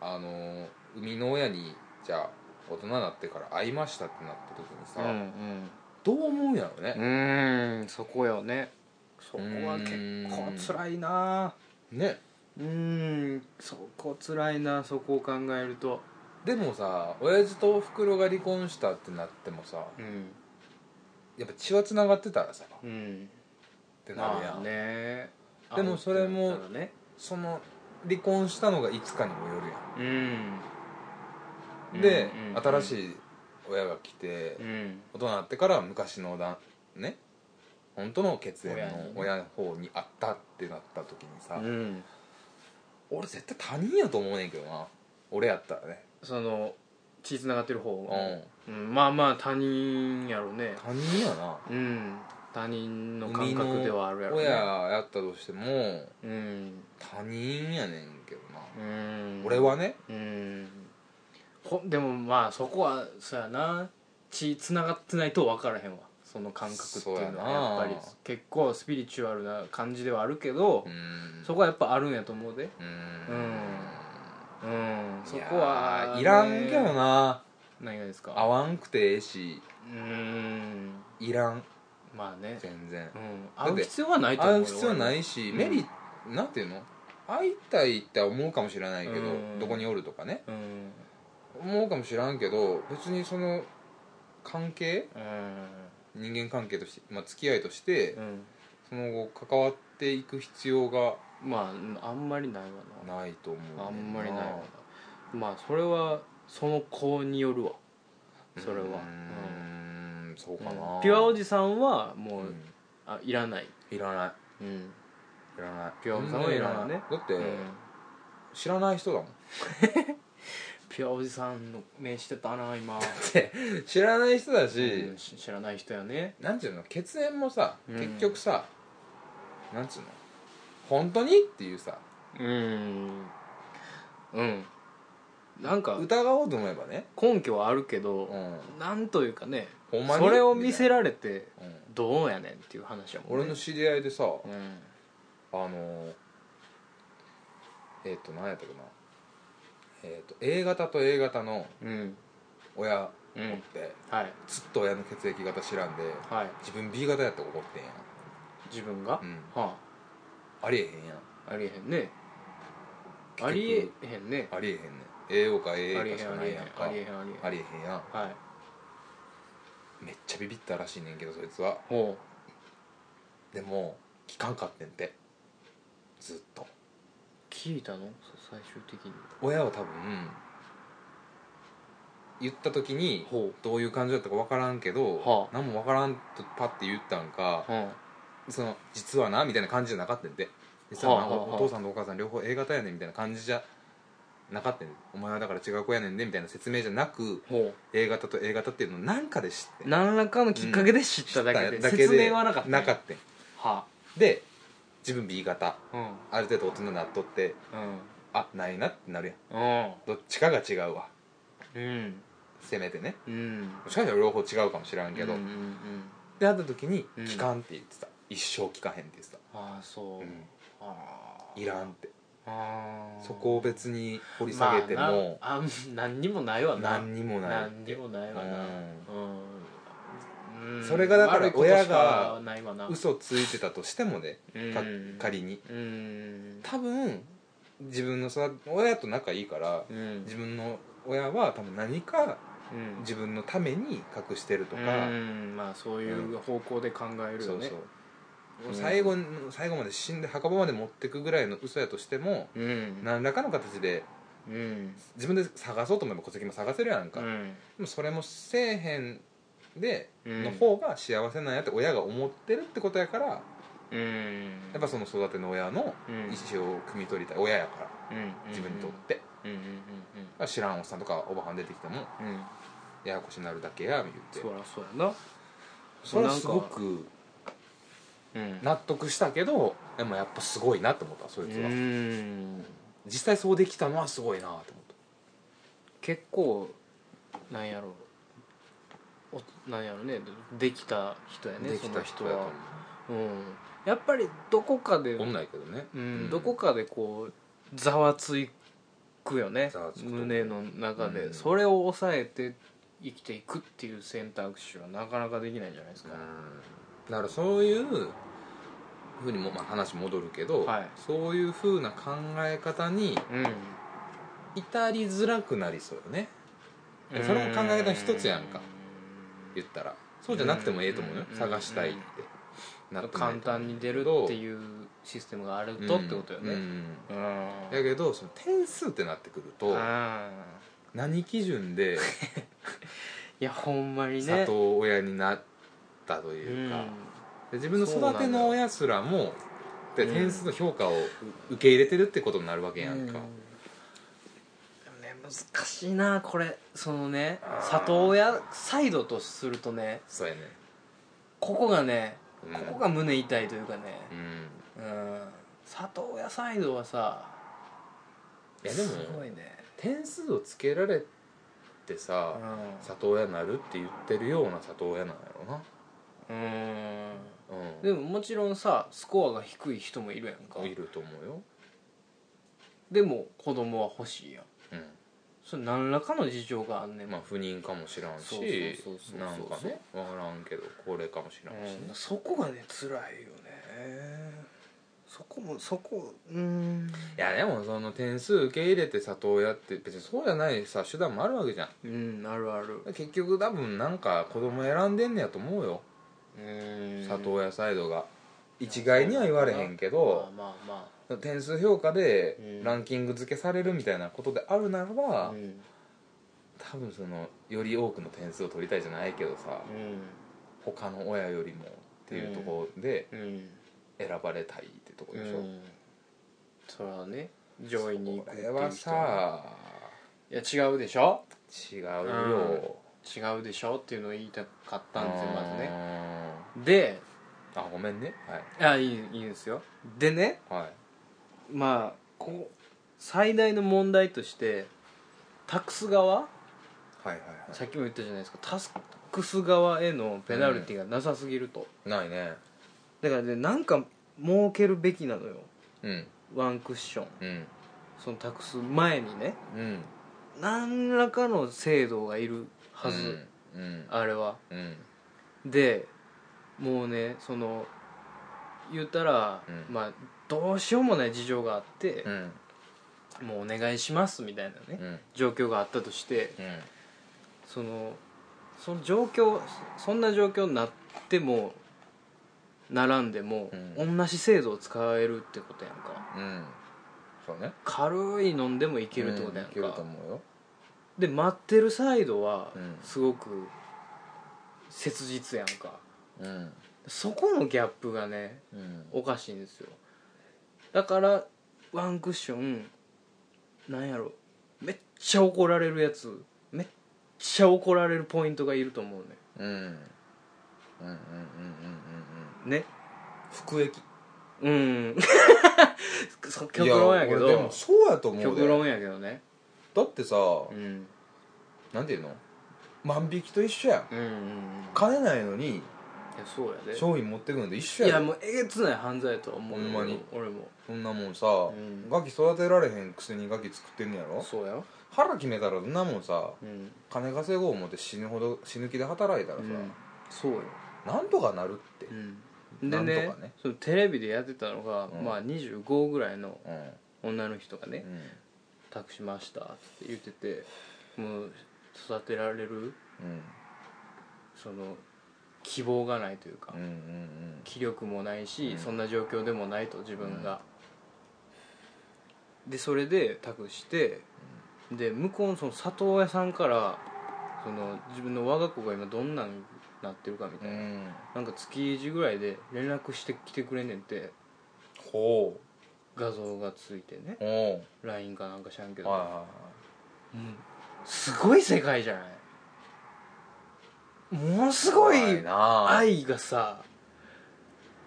[SPEAKER 2] あのー生みの親にじゃあ大人になってから会いましたってなった時にさ、
[SPEAKER 1] うん
[SPEAKER 2] どう思うんやろ
[SPEAKER 1] う
[SPEAKER 2] ね、
[SPEAKER 1] んうんそこよねそこは結構辛いな
[SPEAKER 2] ね
[SPEAKER 1] うんそこ辛いなそこを考えると
[SPEAKER 2] でもさ親父とおふくろが離婚したってなってもさ
[SPEAKER 1] うん
[SPEAKER 2] やっぱ血はつながってたらさっ
[SPEAKER 1] うん
[SPEAKER 2] てなるや
[SPEAKER 1] まあ
[SPEAKER 2] ん、
[SPEAKER 1] ね
[SPEAKER 2] でもそれ
[SPEAKER 1] 会
[SPEAKER 2] も
[SPEAKER 1] うってなったらね
[SPEAKER 2] その離婚したのがいつかにもよるやん
[SPEAKER 1] うん
[SPEAKER 2] で、
[SPEAKER 1] うんうん
[SPEAKER 2] 新しい親が来て、
[SPEAKER 1] うん
[SPEAKER 2] 大人になってから昔のだね本当の血縁の
[SPEAKER 1] 親
[SPEAKER 2] 親の方にあったってなった時にさ、
[SPEAKER 1] うん
[SPEAKER 2] 俺絶対他人やと思うねんけどな俺やったらね
[SPEAKER 1] その血繋がってる方
[SPEAKER 2] う
[SPEAKER 1] うん、まあまあ他人やろね
[SPEAKER 2] 他人やな
[SPEAKER 1] うん他人の感覚ではあるやろ
[SPEAKER 2] 生みの
[SPEAKER 1] ね
[SPEAKER 2] 親やったとしても
[SPEAKER 1] うん
[SPEAKER 2] 他人やねんけどな、
[SPEAKER 1] うん
[SPEAKER 2] 俺はね
[SPEAKER 1] うんほでもまあそこはそうやな血繋がってないと分からへんわその感覚っていうの
[SPEAKER 2] そうやな
[SPEAKER 1] はやっぱり結構スピリチュアルな感じではあるけど、
[SPEAKER 2] うん
[SPEAKER 1] そこはやっぱあるんやと思うで
[SPEAKER 2] うん
[SPEAKER 1] うんそ
[SPEAKER 2] いやー
[SPEAKER 1] こはい
[SPEAKER 2] らんけど
[SPEAKER 1] ね
[SPEAKER 2] な
[SPEAKER 1] 何がです
[SPEAKER 2] 合
[SPEAKER 1] か
[SPEAKER 2] わんくてええし
[SPEAKER 1] うん
[SPEAKER 2] いらん
[SPEAKER 1] まあね
[SPEAKER 2] 全然
[SPEAKER 1] うん
[SPEAKER 2] って
[SPEAKER 1] 会う必要はないと思う
[SPEAKER 2] 会
[SPEAKER 1] よ
[SPEAKER 2] う必要ないし、メリなんていうの会いたいって思うかもしれないけど、
[SPEAKER 1] うん
[SPEAKER 2] どこにおるとかね
[SPEAKER 1] 俺はうん
[SPEAKER 2] 思うかもしらんけど別にその関係
[SPEAKER 1] うん
[SPEAKER 2] 人間関係として、まあ、付き合いとして、
[SPEAKER 1] うん
[SPEAKER 2] その後関わっていく必要が
[SPEAKER 1] まああんまりないわな
[SPEAKER 2] ないと思うねな
[SPEAKER 1] あんまりないわなまあそれはその子によるわそれは
[SPEAKER 2] うーんそうかな、
[SPEAKER 1] ピュアおじさんはもう、
[SPEAKER 2] うん
[SPEAKER 1] あいらない、
[SPEAKER 2] いらない
[SPEAKER 1] うん
[SPEAKER 2] いらない
[SPEAKER 1] ピュアおじさんはいらないね
[SPEAKER 2] だって、
[SPEAKER 1] うん
[SPEAKER 2] 知らない人だもん
[SPEAKER 1] ピュアおじさんの目してたな今、
[SPEAKER 2] 知らない人だし、
[SPEAKER 1] うんし知らない人やね
[SPEAKER 2] なんていうの血縁もさ
[SPEAKER 1] うん
[SPEAKER 2] 結局さ、なんていうの本当にっていうさ
[SPEAKER 1] うんうんなんか
[SPEAKER 2] 疑おうと思えばね、
[SPEAKER 1] 根拠はあるけ
[SPEAKER 2] う
[SPEAKER 1] ど、
[SPEAKER 2] ん、
[SPEAKER 1] なんというかね
[SPEAKER 2] ほんまに
[SPEAKER 1] それを見せ
[SPEAKER 2] る、
[SPEAKER 1] られて
[SPEAKER 2] うん
[SPEAKER 1] どうやねんっていう話やもんね
[SPEAKER 2] 俺の知り合いでさ、
[SPEAKER 1] うん
[SPEAKER 2] あのーえっ、と何やったっけなえっ、と A 型と A 型の
[SPEAKER 1] うん
[SPEAKER 2] 親
[SPEAKER 1] う
[SPEAKER 2] 持っ
[SPEAKER 1] ん
[SPEAKER 2] て、
[SPEAKER 1] はい
[SPEAKER 2] ずっと親の血液型知らんで
[SPEAKER 1] はい
[SPEAKER 2] 自分 B 型やって怒ってんやん、
[SPEAKER 1] 自分が、
[SPEAKER 2] うん、
[SPEAKER 1] は
[SPEAKER 2] ありえへんやん
[SPEAKER 1] あありえへんね
[SPEAKER 2] 結局
[SPEAKER 1] ありえへんね
[SPEAKER 2] ありえへんねん AO か
[SPEAKER 1] ありえ
[SPEAKER 2] AA かし
[SPEAKER 1] へん
[SPEAKER 2] か
[SPEAKER 1] あ
[SPEAKER 2] な
[SPEAKER 1] りえ
[SPEAKER 2] い
[SPEAKER 1] へん
[SPEAKER 2] やん
[SPEAKER 1] あ
[SPEAKER 2] か
[SPEAKER 1] りえへんありえへ
[SPEAKER 2] ありえへんや
[SPEAKER 1] ん
[SPEAKER 2] ん
[SPEAKER 1] はい
[SPEAKER 2] めっちゃビビったらしいねんけどそいつは
[SPEAKER 1] ほ
[SPEAKER 2] でも聞かんかってんてずっと
[SPEAKER 1] う聞いたの最終的に
[SPEAKER 2] 親は多分言った時に
[SPEAKER 1] ほう
[SPEAKER 2] どういう感じだったか分からんけど、
[SPEAKER 1] はあ
[SPEAKER 2] 何も分からんとパッて言ったんか、
[SPEAKER 1] うん
[SPEAKER 2] その実はなみたいな感じじゃなかったんで実はな、
[SPEAKER 1] はあはあはあ
[SPEAKER 2] おお父さんとお母さん両方 A 型やねんみたいな感じじゃなかったんでお前はだから違う子やねんでみたいな説明じゃなく
[SPEAKER 1] ほ
[SPEAKER 2] A 型と A 型っていうのを何かで知って
[SPEAKER 1] うん何らかのきっかけで知っ
[SPEAKER 2] 知
[SPEAKER 1] ただけで,、
[SPEAKER 2] った
[SPEAKER 1] 説明はなかった
[SPEAKER 2] なかったん
[SPEAKER 1] は
[SPEAKER 2] で自分 B 型
[SPEAKER 1] うん
[SPEAKER 2] ある程度大人になっとってあないなってなるやん
[SPEAKER 1] うん
[SPEAKER 2] どっちかが違うわ
[SPEAKER 1] うん
[SPEAKER 2] せめてね
[SPEAKER 1] うん
[SPEAKER 2] もしかしたら両方違うかもしらんけど、
[SPEAKER 1] うんうん
[SPEAKER 2] っ
[SPEAKER 1] うん
[SPEAKER 2] てなった時に「
[SPEAKER 1] うん
[SPEAKER 2] 聞かん」って言ってた、一生聞かへんって言って
[SPEAKER 1] ああそう、
[SPEAKER 2] た、
[SPEAKER 1] あ
[SPEAKER 2] いらんって、
[SPEAKER 1] あ
[SPEAKER 2] そこを別に掘り下げても、
[SPEAKER 1] まあな、あん何にもないわな
[SPEAKER 2] 何にもない
[SPEAKER 1] 何にもないわなうん、うん
[SPEAKER 2] それがだから
[SPEAKER 1] 悪いことし
[SPEAKER 2] 親が
[SPEAKER 1] ないわな
[SPEAKER 2] 嘘ついてたとしてもね、か
[SPEAKER 1] うん
[SPEAKER 2] 仮に
[SPEAKER 1] うん
[SPEAKER 2] 多分自分の育親と仲いいから
[SPEAKER 1] うん
[SPEAKER 2] 自分の親は多分何か
[SPEAKER 1] うん
[SPEAKER 2] 自分のために隠してるとか、
[SPEAKER 1] うんまあそういう方向で考える
[SPEAKER 2] そ
[SPEAKER 1] よ
[SPEAKER 2] う
[SPEAKER 1] ね
[SPEAKER 2] そう
[SPEAKER 1] うん
[SPEAKER 2] 最後に最後まで死んで墓場まで持ってくぐらいの嘘やとしても
[SPEAKER 1] うん
[SPEAKER 2] 何らかの形で
[SPEAKER 1] うん
[SPEAKER 2] 自分で探そうと思えば戸籍も探せるやんか、
[SPEAKER 1] う
[SPEAKER 2] で
[SPEAKER 1] ん
[SPEAKER 2] もそれもせえへんで
[SPEAKER 1] うん
[SPEAKER 2] の方が幸せなんやって親が思ってるってことやから
[SPEAKER 1] うん
[SPEAKER 2] やっぱその育ての親の
[SPEAKER 1] うん
[SPEAKER 2] 意思を汲み取りたい親やから
[SPEAKER 1] うん
[SPEAKER 2] 自分にとって、
[SPEAKER 1] うんうんうん
[SPEAKER 2] 知らんおっさんとかおばはん出てきても
[SPEAKER 1] うんうん
[SPEAKER 2] ややこしになるだけや言うて
[SPEAKER 1] そらそうやな
[SPEAKER 2] それはすごく
[SPEAKER 1] うん
[SPEAKER 2] 納得したけどでもやっぱすごいなと思ったそういつは、
[SPEAKER 1] ん
[SPEAKER 2] 実際そうできたのはすごいなと思った
[SPEAKER 1] 結構なんやろうおなんやろうねできた人やね
[SPEAKER 2] できた人やと思
[SPEAKER 1] その人はうんやっぱりどこかで
[SPEAKER 2] う女やけどね、
[SPEAKER 1] うん、どこかでこうざわついくよね
[SPEAKER 2] ざわつくと
[SPEAKER 1] 胸の中で、
[SPEAKER 2] うん
[SPEAKER 1] それを抑えて生きていくっていう選択肢はなかなかできないんじゃないです
[SPEAKER 2] う
[SPEAKER 1] か、
[SPEAKER 2] んだからそういうふうにも、まあ、話戻るけど、
[SPEAKER 1] はい
[SPEAKER 2] そういうふうな考え方に
[SPEAKER 1] うん
[SPEAKER 2] 至りづらくなりそうよねそれも考え方の一つやんか言ったらそうじゃなくてもええと思うよ、
[SPEAKER 1] うん
[SPEAKER 2] 探したいってなってもえ
[SPEAKER 1] 簡
[SPEAKER 2] えと思う
[SPEAKER 1] 単に出るっていうシステムがあるとってことよ
[SPEAKER 2] う
[SPEAKER 1] ね
[SPEAKER 2] ん
[SPEAKER 1] うん、
[SPEAKER 2] だけどその点数ってなってくると
[SPEAKER 1] あ
[SPEAKER 2] 何基 準で
[SPEAKER 1] ーいやほんまにね
[SPEAKER 2] 里親になったというか、で自分の育ての親すらもで
[SPEAKER 1] うん
[SPEAKER 2] 点数の評価を受け入れてるってことになるわ
[SPEAKER 1] う
[SPEAKER 2] け
[SPEAKER 1] ん
[SPEAKER 2] やん
[SPEAKER 1] で
[SPEAKER 2] か、
[SPEAKER 1] もね難しいなこれそのね
[SPEAKER 2] あー
[SPEAKER 1] 里親サイドとするとね
[SPEAKER 2] そうやね、
[SPEAKER 1] ここがね
[SPEAKER 2] うん、
[SPEAKER 1] ここが胸痛いというかね
[SPEAKER 2] うん
[SPEAKER 1] うん里親サイドはさ
[SPEAKER 2] いやです
[SPEAKER 1] ご
[SPEAKER 2] も
[SPEAKER 1] いね
[SPEAKER 2] 点数をつけられて
[SPEAKER 1] う
[SPEAKER 2] さ、
[SPEAKER 1] ん
[SPEAKER 2] 里親になるって言ってるような里親なんやろな
[SPEAKER 1] うん
[SPEAKER 2] うん
[SPEAKER 1] でももちろんさスコアが低い人もいるやんか
[SPEAKER 2] いると思うよ、
[SPEAKER 1] でも子供は欲しいやん
[SPEAKER 2] う
[SPEAKER 1] それ何らかの事情があんねん
[SPEAKER 2] ん、まあ不妊かもしらん
[SPEAKER 1] そう
[SPEAKER 2] し
[SPEAKER 1] そうそうそうそう
[SPEAKER 2] なんかね分からんけど高齢かもしらんし
[SPEAKER 1] う
[SPEAKER 2] ね
[SPEAKER 1] ん、そこがね辛いよねそこもそこうん
[SPEAKER 2] いやでもその点数受け入れて里親って別にそうじゃないさ手段もあるわけじゃ
[SPEAKER 1] う
[SPEAKER 2] ん
[SPEAKER 1] んあるある
[SPEAKER 2] 結局多分なんか子供選んでんねやと思うよ
[SPEAKER 1] うん
[SPEAKER 2] 里親サイドが一概には言われへん
[SPEAKER 1] ま
[SPEAKER 2] け
[SPEAKER 1] あ
[SPEAKER 2] ど
[SPEAKER 1] まあま
[SPEAKER 2] 点数評価で
[SPEAKER 1] うん
[SPEAKER 2] ランキング付けされるみたいなことであるなら
[SPEAKER 1] あ
[SPEAKER 2] ば
[SPEAKER 1] うん
[SPEAKER 2] 多分そのより多くの点数を取りたいじゃないけどさ他の親よりもっていうところで
[SPEAKER 1] うんうん
[SPEAKER 2] 選ばれたいってとこでし
[SPEAKER 1] う
[SPEAKER 2] ょ
[SPEAKER 1] んそれはね上位に行く
[SPEAKER 2] こ
[SPEAKER 1] ってい
[SPEAKER 2] れ
[SPEAKER 1] う人も
[SPEAKER 2] はさ
[SPEAKER 1] いや違うでしょ
[SPEAKER 2] 違うよ
[SPEAKER 1] 違うでしょっていうのを言いたかったんですよまずね
[SPEAKER 2] ね
[SPEAKER 1] で
[SPEAKER 2] あごめんねはい
[SPEAKER 1] あいいいいんですよでね
[SPEAKER 2] はい
[SPEAKER 1] まあこう最大の問題としてタックス側
[SPEAKER 2] はいはい
[SPEAKER 1] さっきも言ったじゃないですかタックス側へのペナルティがなさすぎると、
[SPEAKER 2] ないね
[SPEAKER 1] だからねなんか設けるべきなのよ
[SPEAKER 2] うん
[SPEAKER 1] ワンクッション
[SPEAKER 2] うん
[SPEAKER 1] そのタックス前にね
[SPEAKER 2] うん
[SPEAKER 1] 何らかの制度がいるはず、
[SPEAKER 2] うんうん
[SPEAKER 1] あれは
[SPEAKER 2] うん
[SPEAKER 1] でもうねその言ったら、
[SPEAKER 2] うん
[SPEAKER 1] まあどうしようもない事情があって
[SPEAKER 2] う、ん
[SPEAKER 1] もうお願いしますみたいなね、
[SPEAKER 2] うん
[SPEAKER 1] 状況があったとして
[SPEAKER 2] うん
[SPEAKER 1] そのその状況そんな状況になっても並んでも、同じ制度を使えるってことやんか
[SPEAKER 2] うんそうね
[SPEAKER 1] 軽い飲んでもい
[SPEAKER 2] い
[SPEAKER 1] けるってことやん
[SPEAKER 2] いけると
[SPEAKER 1] か、
[SPEAKER 2] 思うよ
[SPEAKER 1] で待ってるサイドは
[SPEAKER 2] うん
[SPEAKER 1] すごく切実やんか
[SPEAKER 2] うん
[SPEAKER 1] そこのギャップがね
[SPEAKER 2] うん
[SPEAKER 1] おかしいんですよだからワンクッションなんやろめっちゃ怒られるやつめっちゃ怒られるポイントがいると思うね
[SPEAKER 2] うんうんうんうんうんうん
[SPEAKER 1] ね
[SPEAKER 2] 服役
[SPEAKER 1] うん そ極論やけ
[SPEAKER 2] い俺で
[SPEAKER 1] ど
[SPEAKER 2] もそうやと思う
[SPEAKER 1] 極
[SPEAKER 2] で
[SPEAKER 1] 論やけどね
[SPEAKER 2] だってさ
[SPEAKER 1] うん
[SPEAKER 2] なんていうの万引きと一緒や
[SPEAKER 1] う
[SPEAKER 2] ん
[SPEAKER 1] んうんうん
[SPEAKER 2] 金ないのに
[SPEAKER 1] いやそうやで
[SPEAKER 2] 商品持ってくるのと一緒
[SPEAKER 1] い
[SPEAKER 2] や
[SPEAKER 1] や
[SPEAKER 2] ん
[SPEAKER 1] もうえげつない犯罪やとは思うよ
[SPEAKER 2] ほんまに
[SPEAKER 1] 俺も
[SPEAKER 2] そんなもんさ
[SPEAKER 1] ん
[SPEAKER 2] ガキ育てられへんくせにガキ作ってんねやろ
[SPEAKER 1] そうやろ
[SPEAKER 2] 腹決めたらそんなもんさ
[SPEAKER 1] うん
[SPEAKER 2] 金稼ごう思って死ぬほど死ぬ気で働いたらさ、
[SPEAKER 1] そうよ
[SPEAKER 2] なんとかなるって
[SPEAKER 1] うんで
[SPEAKER 2] なん
[SPEAKER 1] ね
[SPEAKER 2] とかね
[SPEAKER 1] そのテレビでやってたのが、
[SPEAKER 2] うん
[SPEAKER 1] まあ25ぐらいの
[SPEAKER 2] うん、
[SPEAKER 1] 女の人がね
[SPEAKER 2] うん
[SPEAKER 1] 託しましたって言っててもう育てられる
[SPEAKER 2] うん
[SPEAKER 1] その希望がないというか、
[SPEAKER 2] うんうんうん
[SPEAKER 1] 気力もないし、
[SPEAKER 2] うん
[SPEAKER 1] そんな状況でもないと自分が、でそれで託して、で向こうのその里親さんからその自分の我が子が今どんなんなってるかみた
[SPEAKER 2] う
[SPEAKER 1] いな、
[SPEAKER 2] ん
[SPEAKER 1] なんか月1ぐらいで連絡してきてくれんねんって
[SPEAKER 2] ほ
[SPEAKER 1] 画像がついてね
[SPEAKER 2] うお
[SPEAKER 1] LINE かなんか知らんけ
[SPEAKER 2] う
[SPEAKER 1] ど、
[SPEAKER 2] は
[SPEAKER 1] うんすごい世界じゃないもの
[SPEAKER 2] い
[SPEAKER 1] すごい
[SPEAKER 2] 怖な
[SPEAKER 1] 愛がさ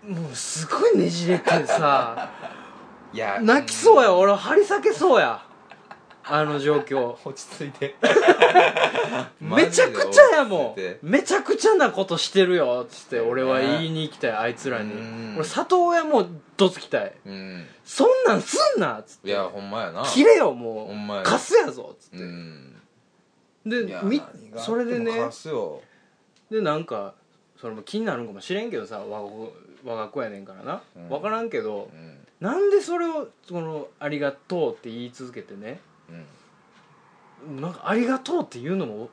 [SPEAKER 1] もうすごいねじれてさ
[SPEAKER 2] いや
[SPEAKER 1] 泣きそうや
[SPEAKER 2] ん
[SPEAKER 1] 俺張り裂けそうやあの状況
[SPEAKER 2] 落ち着いて
[SPEAKER 1] めちゃくちゃやも
[SPEAKER 2] マジで落ち着いて
[SPEAKER 1] んめちゃくちゃなことしてるよっつって俺は言いに行きたいあいつらに
[SPEAKER 2] うん
[SPEAKER 1] 俺里親もどつきたい
[SPEAKER 2] うん
[SPEAKER 1] そんなんすんなっつっ
[SPEAKER 2] い
[SPEAKER 1] て
[SPEAKER 2] やほんまやな
[SPEAKER 1] 切れよも
[SPEAKER 2] ほんまや
[SPEAKER 1] うカスやぞっつって
[SPEAKER 2] うんい
[SPEAKER 1] で
[SPEAKER 2] や
[SPEAKER 1] み
[SPEAKER 2] 何があっても
[SPEAKER 1] それでね
[SPEAKER 2] 貸すよ
[SPEAKER 1] でなんかそれも気になるんかもしれんけどさ我が子我が子やねんからな、
[SPEAKER 2] うん
[SPEAKER 1] 分からんけど
[SPEAKER 2] うん
[SPEAKER 1] なんでそれをその「ありがとう」って言い続けてね
[SPEAKER 2] うん
[SPEAKER 1] なんか「ありがとう」って言うのも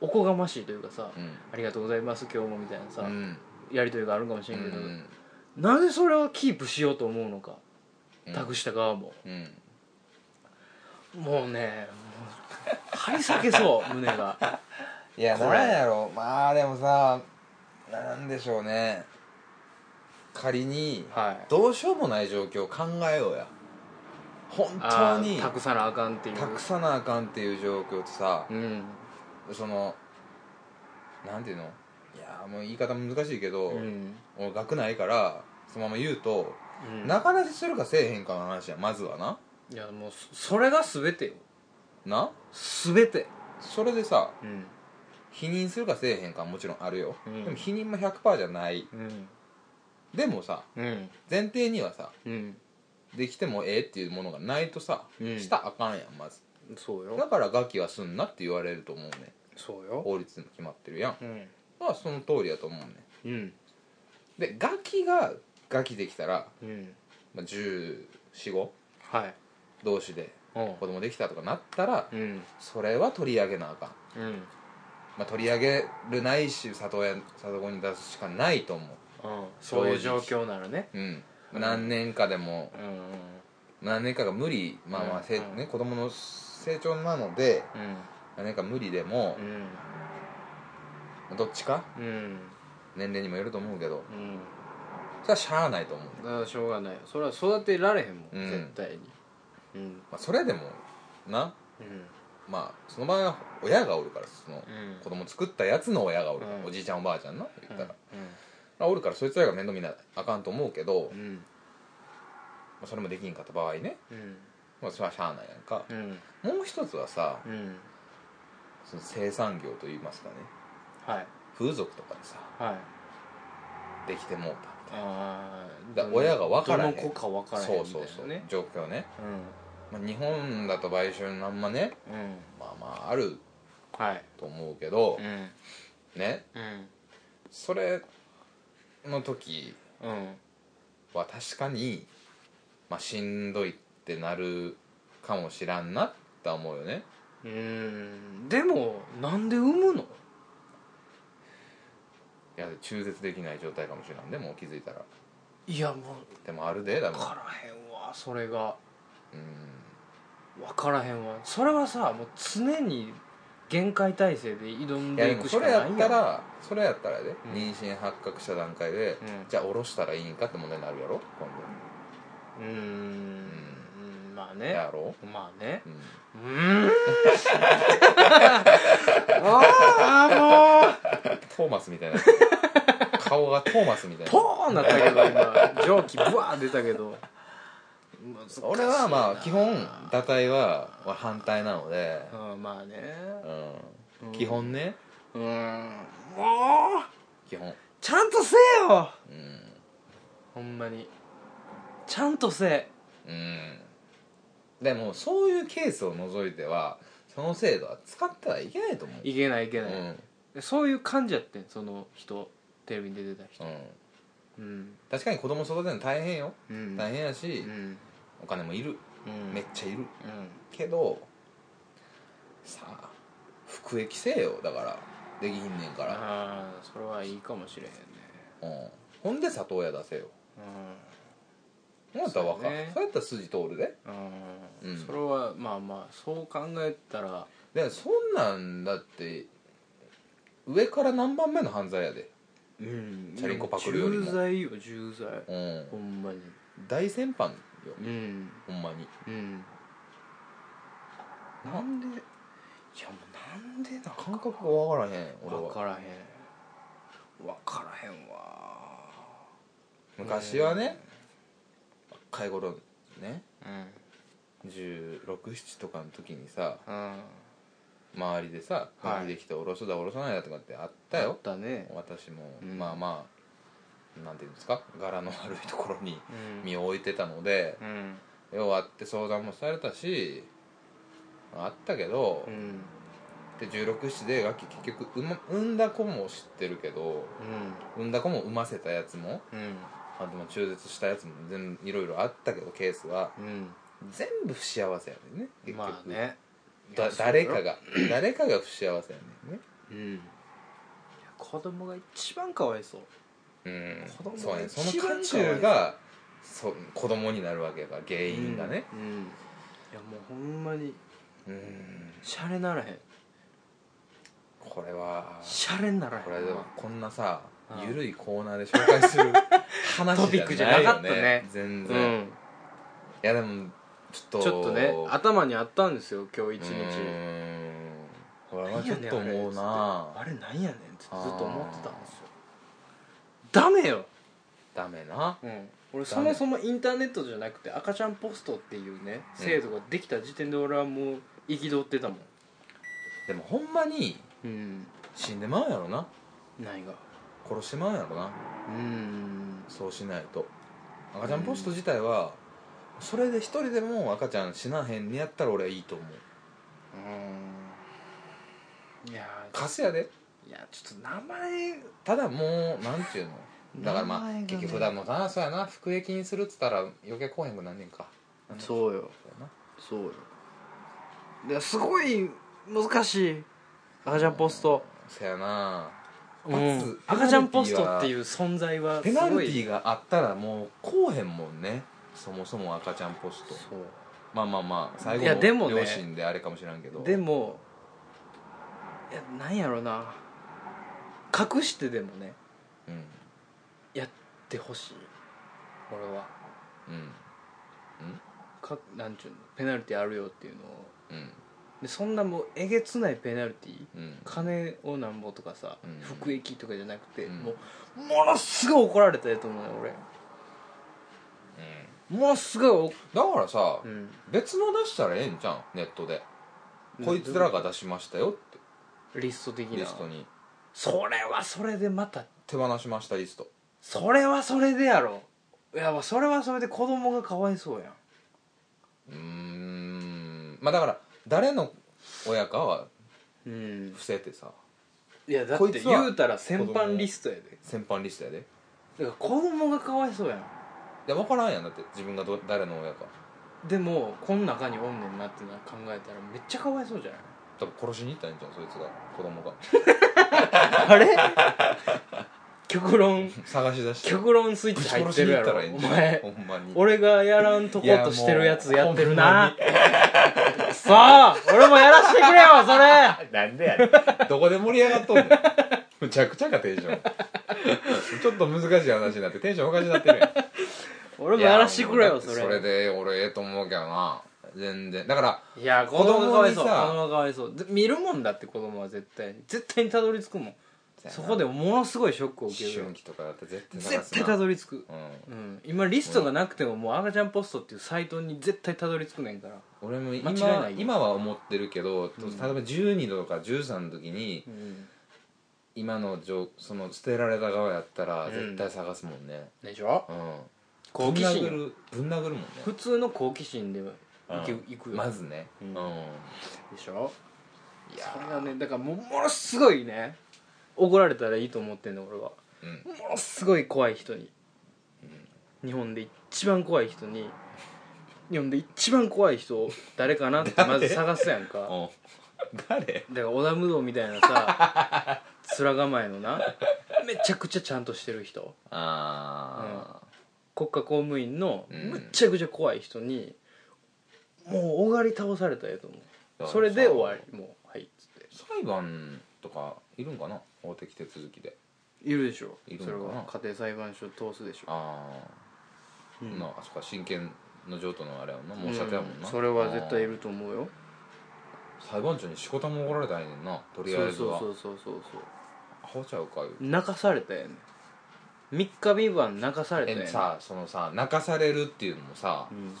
[SPEAKER 1] おおこがましいというかさ「
[SPEAKER 2] うん
[SPEAKER 1] ありがとうございます今日も」みたいなさ、
[SPEAKER 2] うん
[SPEAKER 1] やり取りがあるんかもしれんけど、
[SPEAKER 2] うん
[SPEAKER 1] なんでそれをキープしようと思うのか、託した側も
[SPEAKER 2] うん
[SPEAKER 1] もうねもう張り裂けそう胸が
[SPEAKER 2] いや
[SPEAKER 1] これ
[SPEAKER 2] なんやろまあでもさなんでしょうね仮に
[SPEAKER 1] はい
[SPEAKER 2] どうしようもない状況を考えようや本当
[SPEAKER 1] あー
[SPEAKER 2] に
[SPEAKER 1] 託さなあかんっていう
[SPEAKER 2] 託さなあかんっていう状況とさ
[SPEAKER 1] うん
[SPEAKER 2] そのなんていうのいやもう言い方難しいけど、
[SPEAKER 1] うん
[SPEAKER 2] 俺学ないからそのまま言うと、
[SPEAKER 1] うん
[SPEAKER 2] 仲立ちするかせえへんかの話やまずはない
[SPEAKER 1] やもうそそれが全てよ
[SPEAKER 2] な
[SPEAKER 1] 全て
[SPEAKER 2] それでさ
[SPEAKER 1] うん
[SPEAKER 2] 否認するかせえへんかはもちろんあるよ、
[SPEAKER 1] うん
[SPEAKER 2] でも否認も100%じゃない
[SPEAKER 1] うん
[SPEAKER 2] でもさ
[SPEAKER 1] うん
[SPEAKER 2] 前提にはさ
[SPEAKER 1] うん
[SPEAKER 2] できてもええっていうものがないとさ、
[SPEAKER 1] うん
[SPEAKER 2] したらあかんやんまず
[SPEAKER 1] そう
[SPEAKER 2] だ
[SPEAKER 1] よ
[SPEAKER 2] からガキはすんなって言われると思うね
[SPEAKER 1] そうよ
[SPEAKER 2] 法律にも決まってるやん
[SPEAKER 1] うん
[SPEAKER 2] まあその通りやと思うね
[SPEAKER 1] うん
[SPEAKER 2] でガキがガキできたら、
[SPEAKER 1] うん
[SPEAKER 2] まあ、1415
[SPEAKER 1] はい
[SPEAKER 2] 同士で
[SPEAKER 1] うん
[SPEAKER 2] 子供できたとかなったら
[SPEAKER 1] うん
[SPEAKER 2] それは取り上げなあかん、
[SPEAKER 1] うん
[SPEAKER 2] まあ、取り上げるないし里親里子に出すしかないと思
[SPEAKER 1] そういう状況ならね
[SPEAKER 2] ううん
[SPEAKER 1] うん
[SPEAKER 2] 何年かでも
[SPEAKER 1] うん
[SPEAKER 2] 何年かが無理まあまあ、せ
[SPEAKER 1] うん
[SPEAKER 2] ね、子供の成長なので
[SPEAKER 1] うん
[SPEAKER 2] 何年か無理でも
[SPEAKER 1] う、ん
[SPEAKER 2] どっちか
[SPEAKER 1] うん
[SPEAKER 2] 年齢にもよると思うけど
[SPEAKER 1] うん
[SPEAKER 2] それはしゃあないと思う、
[SPEAKER 1] だからしょうがないよそれは育てられへんもん、
[SPEAKER 2] うん
[SPEAKER 1] 絶対にうん
[SPEAKER 2] まあ、それでもな
[SPEAKER 1] うん
[SPEAKER 2] まあその場合は親がおるからその
[SPEAKER 1] うん
[SPEAKER 2] 子供作ったやつの親がおるから、
[SPEAKER 1] うん
[SPEAKER 2] おじいちゃんおばあちゃんの言ったら、
[SPEAKER 1] う
[SPEAKER 2] まあおるからそいつらが面倒見なあかんと思うけど、ま
[SPEAKER 1] んうん
[SPEAKER 2] あ、それもできんかった場合ね、
[SPEAKER 1] うん
[SPEAKER 2] まあ、それはしゃあないやんか
[SPEAKER 1] う、ん
[SPEAKER 2] もう一つはさ
[SPEAKER 1] うん
[SPEAKER 2] その生産業といいますかね
[SPEAKER 1] はい
[SPEAKER 2] 風俗とかでさ
[SPEAKER 1] はい
[SPEAKER 2] できてもう
[SPEAKER 1] あー
[SPEAKER 2] だから親が分からへん
[SPEAKER 1] どの子か分
[SPEAKER 2] た
[SPEAKER 1] からへんみたい
[SPEAKER 2] そ
[SPEAKER 1] な
[SPEAKER 2] う
[SPEAKER 1] ね
[SPEAKER 2] そうそう状況ね、
[SPEAKER 1] う
[SPEAKER 2] まあ、日本だと買収なんまね
[SPEAKER 1] んうん
[SPEAKER 2] まあまあある
[SPEAKER 1] はい
[SPEAKER 2] と思うけど
[SPEAKER 1] う、ん
[SPEAKER 2] ね
[SPEAKER 1] うん
[SPEAKER 2] それの時
[SPEAKER 1] うん
[SPEAKER 2] は確かに、まあ、しんどいってなるかもしらんなって思うよね
[SPEAKER 1] うーんでもなんで産むの
[SPEAKER 2] いや中絶できない状態かもしれんでもう気づいたら
[SPEAKER 1] いやもう
[SPEAKER 2] でもあるでだ
[SPEAKER 1] 分
[SPEAKER 2] も
[SPEAKER 1] からへんわそれが
[SPEAKER 2] うん
[SPEAKER 1] 分からへんわそれはさもう常に限界態勢で挑ん
[SPEAKER 2] いや
[SPEAKER 1] で
[SPEAKER 2] で
[SPEAKER 1] い
[SPEAKER 2] も
[SPEAKER 1] くし
[SPEAKER 2] そ
[SPEAKER 1] かない
[SPEAKER 2] れや
[SPEAKER 1] やん
[SPEAKER 2] ったらそれやったらやで、
[SPEAKER 1] ん
[SPEAKER 2] 妊娠発覚した段階で、
[SPEAKER 1] うん
[SPEAKER 2] じゃあ下ろしたらいいんかって問題になるやろ今
[SPEAKER 1] うーんうんまあ
[SPEAKER 2] 度
[SPEAKER 1] ね
[SPEAKER 2] やろ
[SPEAKER 1] まあね
[SPEAKER 2] うん
[SPEAKER 1] うーん ああもう
[SPEAKER 2] トーマスみたいな顔がトーマスみた いな
[SPEAKER 1] ポーンなったけど今蒸気ブワー出たけど
[SPEAKER 2] 俺はまあ基本
[SPEAKER 1] だ
[SPEAKER 2] 堕胎は俺反対なので、
[SPEAKER 1] うんまあね
[SPEAKER 2] う、
[SPEAKER 1] うんん
[SPEAKER 2] 基本ね
[SPEAKER 1] うーんもう
[SPEAKER 2] 基本
[SPEAKER 1] ちゃんとせえよ
[SPEAKER 2] うん
[SPEAKER 1] ほんまにちゃんとせえ
[SPEAKER 2] うんでもそういうケースを除いてはその制度は使ってはいけないと思う
[SPEAKER 1] いけないいけな
[SPEAKER 2] う
[SPEAKER 1] い、
[SPEAKER 2] ん、
[SPEAKER 1] そういう感じやってんその人テレビに出てた人
[SPEAKER 2] うん、
[SPEAKER 1] うん
[SPEAKER 2] 確かに子供育てるの大変よ
[SPEAKER 1] うん
[SPEAKER 2] 大変やし、
[SPEAKER 1] うん
[SPEAKER 2] お金もいる
[SPEAKER 1] うん
[SPEAKER 2] めっちゃいる
[SPEAKER 1] うん
[SPEAKER 2] けどさあ服役せえよだからできひんねんから、
[SPEAKER 1] ああそれはいいかもしれへんね
[SPEAKER 2] うん、ほんで里親出せよほんやったらわか
[SPEAKER 1] そ
[SPEAKER 2] そうう,、
[SPEAKER 1] ね
[SPEAKER 2] やったら筋通るで
[SPEAKER 1] うん、
[SPEAKER 2] うん
[SPEAKER 1] それはまあまあそう考えたら
[SPEAKER 2] でそんなんだって上から何番目の犯罪やで
[SPEAKER 1] うん
[SPEAKER 2] チャリンコパクるよりも
[SPEAKER 1] 重罪よ重罪
[SPEAKER 2] うん
[SPEAKER 1] ほんまに
[SPEAKER 2] 大先輩よ
[SPEAKER 1] うん
[SPEAKER 2] ほんまに
[SPEAKER 1] うん
[SPEAKER 2] なんで
[SPEAKER 1] いやもうなんでな
[SPEAKER 2] 感覚がわからへん俺
[SPEAKER 1] 分
[SPEAKER 2] は
[SPEAKER 1] からへん分からへんわ
[SPEAKER 2] 昔はね若い頃ね
[SPEAKER 1] うん
[SPEAKER 2] 1617とかの時にさ
[SPEAKER 1] うん
[SPEAKER 2] 周りでさ
[SPEAKER 1] はい
[SPEAKER 2] できておろすだおろさないだとかってあった
[SPEAKER 1] だ
[SPEAKER 2] よ
[SPEAKER 1] ったね
[SPEAKER 2] 私も、
[SPEAKER 1] うん
[SPEAKER 2] まあまあなんていうんですか柄の悪いところに
[SPEAKER 1] うん
[SPEAKER 2] 身を置いてたので
[SPEAKER 1] う、ん
[SPEAKER 2] ようあって相談もされたしあったけど、
[SPEAKER 1] うんうん
[SPEAKER 2] で16子でガキ結局産ま産んだ子も知ってるけど産んだ子も産ませたやつも
[SPEAKER 1] うん
[SPEAKER 2] あでも中絶したやつも全いろいろあったけどケースは
[SPEAKER 1] うん
[SPEAKER 2] 全部不幸せやねんね結局、
[SPEAKER 1] まあね
[SPEAKER 2] だ誰かが誰かが不幸せやねんね
[SPEAKER 1] うんいや子供が一番かわいそう
[SPEAKER 2] うん
[SPEAKER 1] 子供が
[SPEAKER 2] そうねその
[SPEAKER 1] 一番か
[SPEAKER 2] 渦
[SPEAKER 1] わいそう
[SPEAKER 2] 中がそう子供になるわけやから原因がね
[SPEAKER 1] うんうんいやもうほんまに
[SPEAKER 2] うん
[SPEAKER 1] シャレならへん
[SPEAKER 2] これは
[SPEAKER 1] シャレにならへん
[SPEAKER 2] これでもこんなさ
[SPEAKER 1] うん
[SPEAKER 2] ゆるいコーナーで紹介す る話
[SPEAKER 1] トピックじゃなかったね
[SPEAKER 2] じゃないよ全
[SPEAKER 1] う
[SPEAKER 2] 然、い
[SPEAKER 1] ん
[SPEAKER 2] やでもちょっと
[SPEAKER 1] ちょっとね頭にあったんですよ今日一日
[SPEAKER 2] 日これ
[SPEAKER 1] な
[SPEAKER 2] は
[SPEAKER 1] ん
[SPEAKER 2] ちょ
[SPEAKER 1] や
[SPEAKER 2] っ
[SPEAKER 1] ねん
[SPEAKER 2] と思うな
[SPEAKER 1] あれなんやねんってずっと
[SPEAKER 2] あー
[SPEAKER 1] 思ってたんですよダメよ、
[SPEAKER 2] ダメな
[SPEAKER 1] 俺そもそもインターネットじゃなくて赤ちゃんポストっていうね制度ができた時点で俺はもう憤ってたもん
[SPEAKER 2] でもほんまに
[SPEAKER 1] うん
[SPEAKER 2] 死んでまうやろな
[SPEAKER 1] 何が
[SPEAKER 2] 殺してまうやろな
[SPEAKER 1] うん
[SPEAKER 2] そうしないと赤ちゃんポスト自体はそれで一人でも赤ちゃん死なへんにやったら俺はいいと思う
[SPEAKER 1] いや
[SPEAKER 2] カスやで
[SPEAKER 1] いやちょっと名前
[SPEAKER 2] ただもうなんていうのだから
[SPEAKER 1] 名
[SPEAKER 2] まあ、
[SPEAKER 1] 前がね
[SPEAKER 2] 結局だもうなそうやな服役にするっつったら余計こうへんくなんねんかう
[SPEAKER 1] そうよ
[SPEAKER 2] やな
[SPEAKER 1] そうよですごい難しい赤ちゃんポスト、
[SPEAKER 2] そやな
[SPEAKER 1] うん、赤ちゃんポストっていう存在は
[SPEAKER 2] ペ
[SPEAKER 1] す
[SPEAKER 2] ナル
[SPEAKER 1] ご
[SPEAKER 2] ティ
[SPEAKER 1] い
[SPEAKER 2] ーがあったらもうこうへんもんねそもそも赤ちゃんポスト
[SPEAKER 1] そう
[SPEAKER 2] まあまあまあ最
[SPEAKER 1] いやで
[SPEAKER 2] 後
[SPEAKER 1] も
[SPEAKER 2] の
[SPEAKER 1] ね
[SPEAKER 2] 両親であれかもしらんけど
[SPEAKER 1] でもいやなんやろな隠してでもね
[SPEAKER 2] うん
[SPEAKER 1] やってほしい俺は
[SPEAKER 2] うん
[SPEAKER 1] かなんちゅうのペナルティあるよっていうのを
[SPEAKER 2] うん
[SPEAKER 1] でそんなもうえげつないペナルティ
[SPEAKER 2] うん
[SPEAKER 1] 金をなんぼとかさ、
[SPEAKER 2] うん
[SPEAKER 1] 服役とかじゃなくて、
[SPEAKER 2] うん
[SPEAKER 1] もうものすごい怒られたやと思うよ俺
[SPEAKER 2] うん
[SPEAKER 1] ものすごい
[SPEAKER 2] だからさ、
[SPEAKER 1] お、うん、
[SPEAKER 2] 別の出したらええんじゃんネットで、こいつらが出しましたよって
[SPEAKER 1] リスト的な
[SPEAKER 2] リストに
[SPEAKER 1] それはそれでまた
[SPEAKER 2] 手放しましたリスト
[SPEAKER 1] それはそれでやろいやまあそれはそれで子供がかわいそうやん
[SPEAKER 2] うーんまあだから誰の親かは
[SPEAKER 1] うん
[SPEAKER 2] 伏せてさ
[SPEAKER 1] いやだ
[SPEAKER 2] こ
[SPEAKER 1] っ
[SPEAKER 2] い
[SPEAKER 1] て
[SPEAKER 2] つは
[SPEAKER 1] 言うたら先般リストやで
[SPEAKER 2] 先般リストやで
[SPEAKER 1] だから子供がかわいそうやん
[SPEAKER 2] で分からんやんだって自分がど誰の親か
[SPEAKER 1] でもこの中におんねんなってな考えたらめっちゃかわいそうじゃない
[SPEAKER 2] 多分殺しに行ったんやんじゃんそいつが子供が
[SPEAKER 1] あれ 極論
[SPEAKER 2] 探し出して
[SPEAKER 1] 極論スイッ
[SPEAKER 2] ぶ
[SPEAKER 1] チ
[SPEAKER 2] ち
[SPEAKER 1] 入
[SPEAKER 2] 殺
[SPEAKER 1] っ
[SPEAKER 2] してに
[SPEAKER 1] るや
[SPEAKER 2] 行った
[SPEAKER 1] ろ
[SPEAKER 2] らええん
[SPEAKER 1] お
[SPEAKER 2] じゃん
[SPEAKER 1] 前
[SPEAKER 2] ほんまに
[SPEAKER 1] 俺がやらんとことしてるやつやってるな
[SPEAKER 2] ほんまに
[SPEAKER 1] そう俺もやらしてくれよそれ
[SPEAKER 2] なんでやねんどこで盛り上がっとんのむちゃくちゃかテンションちょっと難しい話になってテンションおかしになってるやん
[SPEAKER 1] 俺もやらしてくれよそれ
[SPEAKER 2] いやもうだってそれで俺ええと思うけどな全然だから
[SPEAKER 1] いや子
[SPEAKER 2] 子
[SPEAKER 1] 供
[SPEAKER 2] 供
[SPEAKER 1] が
[SPEAKER 2] が
[SPEAKER 1] か
[SPEAKER 2] か
[SPEAKER 1] わ
[SPEAKER 2] わ
[SPEAKER 1] い
[SPEAKER 2] い
[SPEAKER 1] そ
[SPEAKER 2] そうう
[SPEAKER 1] 子供がかわいそうぜ見るもんだって子供は絶対に絶対にたどり着くもんそこでものすごいショックを
[SPEAKER 2] 思
[SPEAKER 1] 受けるよ
[SPEAKER 2] 春期とかだって絶対探
[SPEAKER 1] 絶
[SPEAKER 2] すな
[SPEAKER 1] 対たどり着く、
[SPEAKER 2] う
[SPEAKER 1] うん、今リストがなくてももう赤ちゃんポストっていうサイトに絶対たどり着くねんから、
[SPEAKER 2] ん、俺も
[SPEAKER 1] 間違い
[SPEAKER 2] 今
[SPEAKER 1] ないよ
[SPEAKER 2] 今は思ってるけど、例えば12度とか13の時に
[SPEAKER 1] うん、
[SPEAKER 2] 今の状その捨てられた側やったら
[SPEAKER 1] うん
[SPEAKER 2] 絶対探すもんね
[SPEAKER 1] でしょ
[SPEAKER 2] うん、
[SPEAKER 1] 好奇
[SPEAKER 2] ぶん殴
[SPEAKER 1] 心
[SPEAKER 2] るぶん殴るもんね
[SPEAKER 1] 普通の好奇心でいく,、
[SPEAKER 2] うん
[SPEAKER 1] いくよ、
[SPEAKER 2] まずね
[SPEAKER 1] う
[SPEAKER 2] うんん、
[SPEAKER 1] でしょ
[SPEAKER 2] いや
[SPEAKER 1] それがねだからもうものすごいね怒られたらいいと思ってんの俺は
[SPEAKER 2] うん
[SPEAKER 1] ものすごい怖い人に、日本で一番怖い人に日本で一番怖い人誰かなってまず探すやんか
[SPEAKER 2] お誰
[SPEAKER 1] だから織田無道みたいなさ面構えのなめちゃくちゃちゃんとしてる人
[SPEAKER 2] あ
[SPEAKER 1] 国家公務員の
[SPEAKER 2] うん
[SPEAKER 1] むっちゃくちゃ怖い人に、もうおがり倒されたやと思
[SPEAKER 2] あ
[SPEAKER 1] うそれで終わりもうはいっつって
[SPEAKER 2] 裁判とかいるんかな法的手続きで
[SPEAKER 1] いるでしょ
[SPEAKER 2] いるの
[SPEAKER 1] それ
[SPEAKER 2] かな
[SPEAKER 1] は家庭裁判所通すでしょ、
[SPEAKER 2] ああ、
[SPEAKER 1] うん
[SPEAKER 2] なあそっか親権の譲渡のあれやもんな申し立てやもんな、
[SPEAKER 1] うそれは絶対いると思うよ
[SPEAKER 2] あー裁判長にしこたま怒られたらええねんなと
[SPEAKER 1] そう
[SPEAKER 2] りあえず
[SPEAKER 1] そう
[SPEAKER 2] は
[SPEAKER 1] そうそうそう
[SPEAKER 2] アホちゃうかいう
[SPEAKER 1] 泣かされたやね3日三晩泣かされたやね
[SPEAKER 2] えさそのさ泣かされるっていうのもさ、
[SPEAKER 1] うん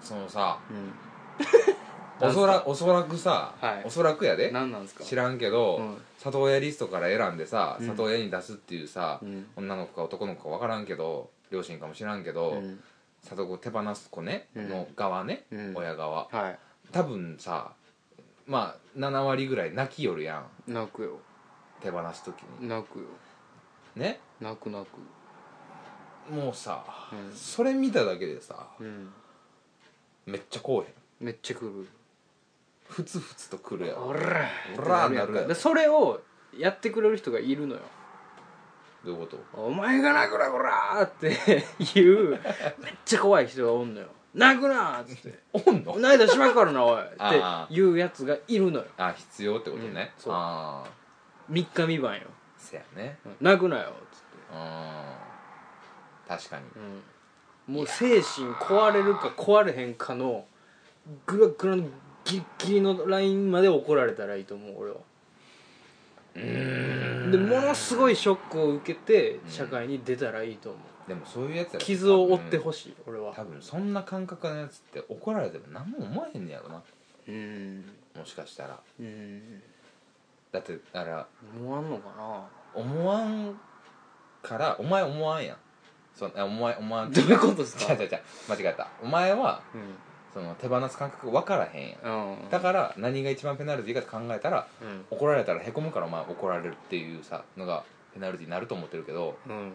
[SPEAKER 2] そのさ
[SPEAKER 1] うん
[SPEAKER 2] おそらおそらくさ、
[SPEAKER 1] はい
[SPEAKER 2] おそらくやで
[SPEAKER 1] 何なんですか
[SPEAKER 2] 知らんけど、
[SPEAKER 1] うん
[SPEAKER 2] 里親リストから選んでさ
[SPEAKER 1] うん
[SPEAKER 2] 里親に出すっていうさ、
[SPEAKER 1] うん
[SPEAKER 2] 女の子か男の子か分からんけど両親かもしらんけど、
[SPEAKER 1] うん
[SPEAKER 2] 里子手放す子ね、
[SPEAKER 1] うん
[SPEAKER 2] の側ね、
[SPEAKER 1] うん
[SPEAKER 2] 親側
[SPEAKER 1] はい
[SPEAKER 2] 多分さまあ7割ぐらい泣きよるやん
[SPEAKER 1] 泣くよ
[SPEAKER 2] 手放す時に
[SPEAKER 1] 泣くよ
[SPEAKER 2] ね
[SPEAKER 1] 泣く泣く
[SPEAKER 2] もうさ、
[SPEAKER 1] うん
[SPEAKER 2] それ見ただけでさ
[SPEAKER 1] うん
[SPEAKER 2] めっちゃこうへん
[SPEAKER 1] めっちゃくる
[SPEAKER 2] ふつふつとくるやん
[SPEAKER 1] おら
[SPEAKER 2] おら
[SPEAKER 1] って
[SPEAKER 2] なるやん
[SPEAKER 1] で
[SPEAKER 2] ど
[SPEAKER 1] それをやってくれる人がいるのよ
[SPEAKER 2] ういうこと
[SPEAKER 1] お前が泣くなこらーって いうめっちゃ怖い人がおんのよ泣くなーっつって
[SPEAKER 2] おんの
[SPEAKER 1] 泣いたらしまうからなおい
[SPEAKER 2] あ
[SPEAKER 1] っ
[SPEAKER 2] ー
[SPEAKER 1] ていうやつがいるのよ
[SPEAKER 2] あ必要ってことね、
[SPEAKER 1] うんそう
[SPEAKER 2] ああ
[SPEAKER 1] 三日三晩よ
[SPEAKER 2] せやね
[SPEAKER 1] うん泣くなよっつって
[SPEAKER 2] うん確かに
[SPEAKER 1] もう精神壊れるか壊れへんかのグラグラのギリギリのラインまで怒られたらいいと思う俺はでものすごいショックを受けて社会に出たらいいと思う
[SPEAKER 2] でもそういうやつら
[SPEAKER 1] 傷を負ってほ
[SPEAKER 2] しい、
[SPEAKER 1] しい俺
[SPEAKER 2] うん多
[SPEAKER 1] は
[SPEAKER 2] 分そんな感覚のやつって怒られても何も思わへんねやろな
[SPEAKER 1] うん
[SPEAKER 2] もしかしたら
[SPEAKER 1] うん
[SPEAKER 2] だってあら
[SPEAKER 1] 思わんのか
[SPEAKER 2] 思わんからお前思わんやんそのあお前思わ
[SPEAKER 1] なんどういうことですか
[SPEAKER 2] 違う違う違う間違えたお前は
[SPEAKER 1] うん
[SPEAKER 2] その手放す感覚分からへんやん
[SPEAKER 1] うん
[SPEAKER 2] だから何が一番ペナルティーかって考えたら
[SPEAKER 1] うん
[SPEAKER 2] 怒られたらへこむからお前怒られるっていうさのがペナルティーになると思ってるけど
[SPEAKER 1] うん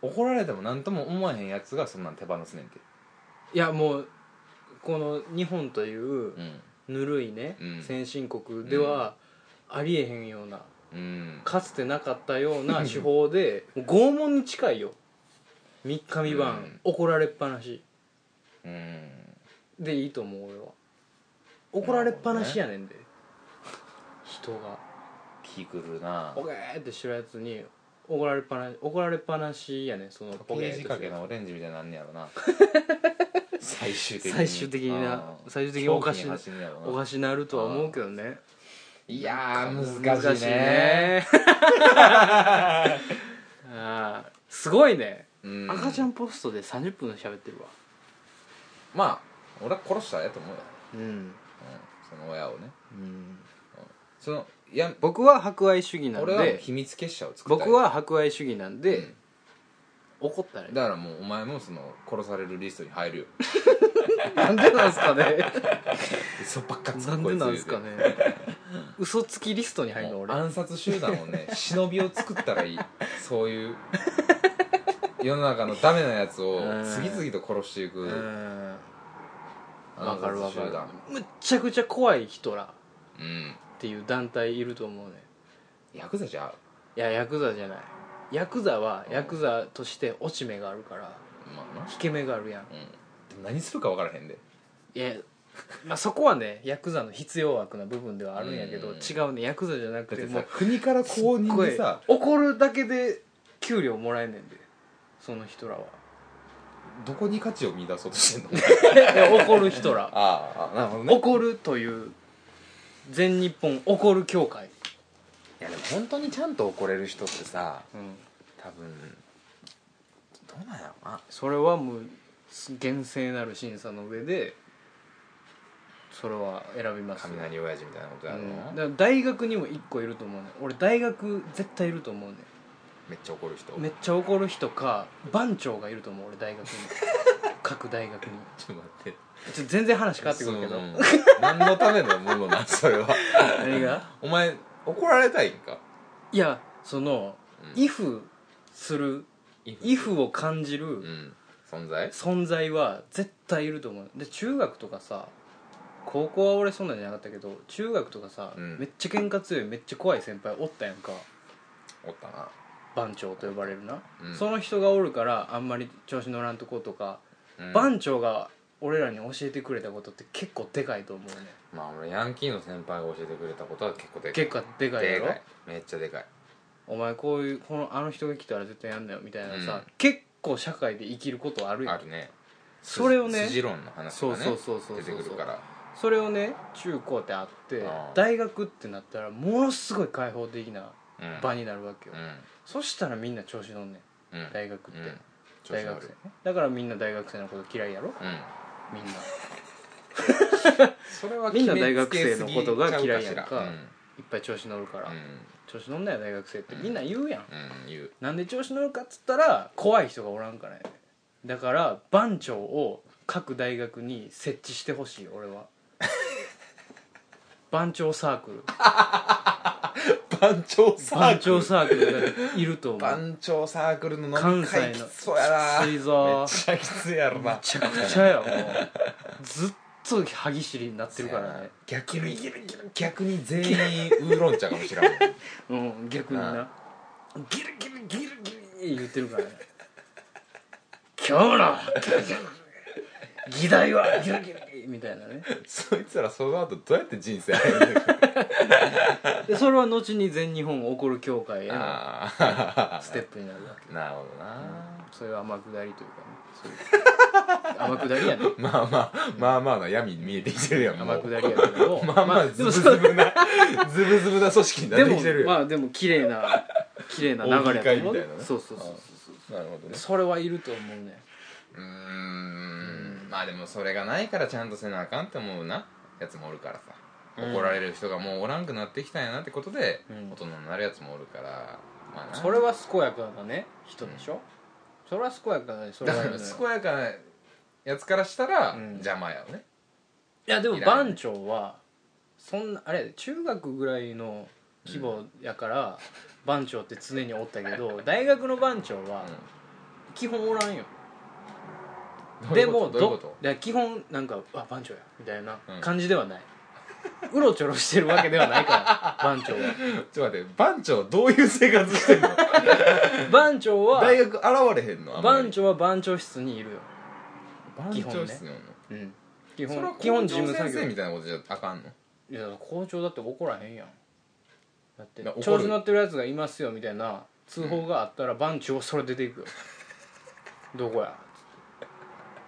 [SPEAKER 2] 怒られても何とも思わへんやつがそんなん手放すねんて
[SPEAKER 1] いやもうこの日本という
[SPEAKER 2] うん
[SPEAKER 1] ぬるいね、
[SPEAKER 2] うん
[SPEAKER 1] 先進国ではありえへんような
[SPEAKER 2] うん
[SPEAKER 1] かつてなかったような手法でもう拷問に近いよ三日三晩、
[SPEAKER 2] うん
[SPEAKER 1] 怒られっぱなし
[SPEAKER 2] うん
[SPEAKER 1] でいいと思う俺は怒られっぱなしやねんで、人が
[SPEAKER 2] 気くるな
[SPEAKER 1] ポケーってしてるやつに怒られっぱなし怒られっぱなしやねんその
[SPEAKER 2] ポ
[SPEAKER 1] ポ
[SPEAKER 2] ケ
[SPEAKER 1] ケー
[SPEAKER 2] ー
[SPEAKER 1] っ
[SPEAKER 2] ジ
[SPEAKER 1] て
[SPEAKER 2] かけのオレンジみたいになんねやろ な最終的に
[SPEAKER 1] 最終的にな最終的におかし
[SPEAKER 2] な
[SPEAKER 1] なおかしなるとは思うけどね
[SPEAKER 2] いやー難しいね
[SPEAKER 1] 難しいね あーすごいね
[SPEAKER 2] うん
[SPEAKER 1] 赤ちゃんポストで30分喋ってるわ
[SPEAKER 2] まあ俺は殺したらええと思うよ、
[SPEAKER 1] うん、
[SPEAKER 2] うん、その親をね
[SPEAKER 1] うん、
[SPEAKER 2] そのいや
[SPEAKER 1] 僕は博愛主義なん
[SPEAKER 2] 俺はもう
[SPEAKER 1] で
[SPEAKER 2] 秘密結社を作ったい
[SPEAKER 1] 僕は博愛主義なんで、
[SPEAKER 2] うん
[SPEAKER 1] 怒ったらいい
[SPEAKER 2] だからもうお前もその殺されるリスト に入るよ
[SPEAKER 1] なんでなんすかね
[SPEAKER 2] 嘘ばっか つ
[SPEAKER 1] な
[SPEAKER 2] く
[SPEAKER 1] ん
[SPEAKER 2] こ
[SPEAKER 1] で
[SPEAKER 2] いつ
[SPEAKER 1] なん
[SPEAKER 2] 言う
[SPEAKER 1] す
[SPEAKER 2] て
[SPEAKER 1] かね 嘘つきリストに入るの
[SPEAKER 2] もう
[SPEAKER 1] 俺
[SPEAKER 2] 暗殺集団をね 忍びを作ったらいいそういう世の中のダメなやつを
[SPEAKER 1] うん
[SPEAKER 2] 次々と殺していうく
[SPEAKER 1] んわ
[SPEAKER 2] 暗
[SPEAKER 1] かるわ
[SPEAKER 2] 殺
[SPEAKER 1] か
[SPEAKER 2] 集
[SPEAKER 1] る
[SPEAKER 2] 団
[SPEAKER 1] むっちゃくちゃ怖い人ら
[SPEAKER 2] うん
[SPEAKER 1] っていう団体いると思うね
[SPEAKER 2] ヤクザじゃ
[SPEAKER 1] いやヤクザじゃないヤクザはヤクザとして落ち目があるから
[SPEAKER 2] まあな
[SPEAKER 1] 引け目があるやん
[SPEAKER 2] うんでも何するか分からへんで
[SPEAKER 1] いやまあそこはねヤクザの必要悪な部分ではあるんやけど
[SPEAKER 2] うん
[SPEAKER 1] 違うねヤクザじゃな
[SPEAKER 2] だ
[SPEAKER 1] く
[SPEAKER 2] ってて
[SPEAKER 1] も
[SPEAKER 2] さ
[SPEAKER 1] う
[SPEAKER 2] 国から公認でさ
[SPEAKER 1] 怒るだけで給料もらえんねんでその人ら は
[SPEAKER 2] どこに価値を見出そうとしてんの
[SPEAKER 1] いや怒る人ら
[SPEAKER 2] ああなるほどね
[SPEAKER 1] 怒るという全日本怒る協会
[SPEAKER 2] いやでも本当にちゃんと怒れる人ってさ
[SPEAKER 1] うん
[SPEAKER 2] 多分どうなんやろな
[SPEAKER 1] それはもう厳正なる審査の上でそれは選びますよ
[SPEAKER 2] 雷親父みたいなことやろ、
[SPEAKER 1] うん、だから大学にも1個いると思うね俺大学絶対いると思うね
[SPEAKER 2] めっちゃ怒る人
[SPEAKER 1] めっちゃ怒る人か番長がいると思う俺大学 に各大学に
[SPEAKER 2] ちょっと待って
[SPEAKER 1] ちょ全然話変わってくるけど
[SPEAKER 2] その何のためのものなん それは
[SPEAKER 1] 何が
[SPEAKER 2] お前怒られたいんか
[SPEAKER 1] いやその「
[SPEAKER 2] うん
[SPEAKER 1] イフする「イフを感じ
[SPEAKER 2] う
[SPEAKER 1] る
[SPEAKER 2] ん存在
[SPEAKER 1] 存在は絶対いると思うで中学とかさ高校は俺そんなんじゃなかったけど中学とかさ、
[SPEAKER 3] うん
[SPEAKER 1] めっちゃ喧嘩強いめっちゃ怖い先輩おったやんか
[SPEAKER 3] おったな
[SPEAKER 1] 番長と呼ばれるな、
[SPEAKER 3] うん
[SPEAKER 1] その人がおるからあんまり調子乗らんとことか、
[SPEAKER 3] うん
[SPEAKER 1] 番長が俺らに教えてくれたことって結構でかいと思うね
[SPEAKER 2] まあ俺ヤンキーの先輩が教えてくれたことは結構でかい
[SPEAKER 1] 結構でかいや
[SPEAKER 2] で
[SPEAKER 1] ろ
[SPEAKER 2] かいめっちゃでかい
[SPEAKER 1] お前こういうこのあの人が来たら絶対やんなよみたいなさ、
[SPEAKER 2] うん
[SPEAKER 1] 結構社会で生きることあるやん
[SPEAKER 2] あるね
[SPEAKER 1] それをね
[SPEAKER 2] 筋論の話
[SPEAKER 1] そう
[SPEAKER 2] が
[SPEAKER 1] そ
[SPEAKER 2] ね
[SPEAKER 1] うそうそう
[SPEAKER 2] 出てくるから
[SPEAKER 1] それをね中高ってあって
[SPEAKER 2] あー
[SPEAKER 1] 大学ってなったらものすごい開放的な
[SPEAKER 2] うん
[SPEAKER 1] 場になるわけよ、
[SPEAKER 2] う
[SPEAKER 1] そしたらみんな調子乗んねん
[SPEAKER 2] んうん
[SPEAKER 1] 大学って、
[SPEAKER 2] うん調
[SPEAKER 1] 大
[SPEAKER 2] 子乗
[SPEAKER 1] 学生
[SPEAKER 2] る
[SPEAKER 1] ねだからみんな大学生のこと嫌いやろ
[SPEAKER 2] うん
[SPEAKER 1] みんな
[SPEAKER 2] それは
[SPEAKER 1] みんな大学生のことが嫌いやんか
[SPEAKER 2] 決めつけすぎちゃうしらうん
[SPEAKER 1] いっぱい調子乗るから、
[SPEAKER 2] うん
[SPEAKER 1] 調子乗んなよ大学生ってみんな言うやん、
[SPEAKER 2] うん言う
[SPEAKER 1] なんで調子乗るかっつったら怖い人がおらんからやねだから番長を各大学に設置してほしい俺 は番長サークル
[SPEAKER 2] 番長サ
[SPEAKER 1] 番長サークルがいると思う
[SPEAKER 2] 番長サークルの飲
[SPEAKER 1] 関
[SPEAKER 2] み
[SPEAKER 1] 西
[SPEAKER 2] 会
[SPEAKER 1] の
[SPEAKER 2] きつそうやな
[SPEAKER 1] きつい
[SPEAKER 2] め
[SPEAKER 1] ぞ
[SPEAKER 2] っちゃきついやろな
[SPEAKER 1] めちゃくちゃよもうずっと歯ぎしりになってるからね
[SPEAKER 2] 逆に逆に全員ウーロン茶かもしれんもん
[SPEAKER 1] うん逆になギルギルギルギル言ってるからね今日のギルギル議題はギルギルギルみたいなね
[SPEAKER 3] そいつらその後どうやって人生歩んでいく
[SPEAKER 1] でそれは後に全日本怒る協会への
[SPEAKER 2] あ
[SPEAKER 1] ステップに なるわけ
[SPEAKER 2] あなるほどな
[SPEAKER 1] それは天下りというかねそういう 天下りやね
[SPEAKER 3] まあまあまあまあな闇見えてきてるやんも
[SPEAKER 1] 天
[SPEAKER 3] う
[SPEAKER 1] 下りやけど
[SPEAKER 3] まあまあ
[SPEAKER 1] で
[SPEAKER 3] ズ
[SPEAKER 1] も
[SPEAKER 3] ブズ
[SPEAKER 1] そう
[SPEAKER 3] ブ なズブズブな組織にな
[SPEAKER 1] で
[SPEAKER 3] ってきてる
[SPEAKER 1] も
[SPEAKER 3] や
[SPEAKER 1] ま
[SPEAKER 3] ん
[SPEAKER 1] あでも綺麗な綺麗な流れやと思う
[SPEAKER 3] 大喜利会みたいなね
[SPEAKER 1] そうそうそうそう
[SPEAKER 3] なるほどね
[SPEAKER 1] それはいると思うね
[SPEAKER 2] うーんまあでもそれがないからちゃんとせなあかんって思うなやつもおるからさ
[SPEAKER 1] うん
[SPEAKER 2] 怒られる人がもうおらんくなってきたんやなってことで、
[SPEAKER 1] うん
[SPEAKER 2] 大人になるやつもおるからまあな
[SPEAKER 1] それは健やかなね人でしょ、それは健やかなねそれ
[SPEAKER 2] だ
[SPEAKER 1] は
[SPEAKER 2] か
[SPEAKER 1] いい
[SPEAKER 2] ら
[SPEAKER 1] のよ
[SPEAKER 2] 健やかなやつからしたら
[SPEAKER 1] うん
[SPEAKER 2] 邪魔やよね、
[SPEAKER 1] いやでも
[SPEAKER 2] いらない
[SPEAKER 1] 番長はそんなあれやで中学ぐらいの規模やから番長って常におったけ ど大学の番長は基本おらんよ
[SPEAKER 2] どうい
[SPEAKER 1] で
[SPEAKER 2] うこ
[SPEAKER 1] も
[SPEAKER 2] とどういうこと
[SPEAKER 1] どだから基本なんか「あ番長や」みたいな
[SPEAKER 2] うん
[SPEAKER 1] 感じではない、うろちょろしてるわけではない から番長
[SPEAKER 3] ち
[SPEAKER 1] は
[SPEAKER 3] ょっと待って番長どういう生活してんの
[SPEAKER 1] 番長は
[SPEAKER 3] 大学現れへんのあんまり
[SPEAKER 1] 番長は番長室にいるよ、
[SPEAKER 2] 番
[SPEAKER 1] 基本ね
[SPEAKER 2] 長室におんの
[SPEAKER 1] うん、基
[SPEAKER 2] それは
[SPEAKER 1] 本基
[SPEAKER 2] 基本
[SPEAKER 1] 本
[SPEAKER 2] 事
[SPEAKER 1] 事
[SPEAKER 2] 務
[SPEAKER 1] 務
[SPEAKER 2] 作
[SPEAKER 1] 作
[SPEAKER 2] 業
[SPEAKER 1] 業
[SPEAKER 2] みたいなことじゃあかんの
[SPEAKER 1] いや校長だって怒らへんやんだって
[SPEAKER 2] な怒る
[SPEAKER 1] 調子乗ってるやつがいますよみたいな通報があったら番長はそれ出ていくよ、 どこや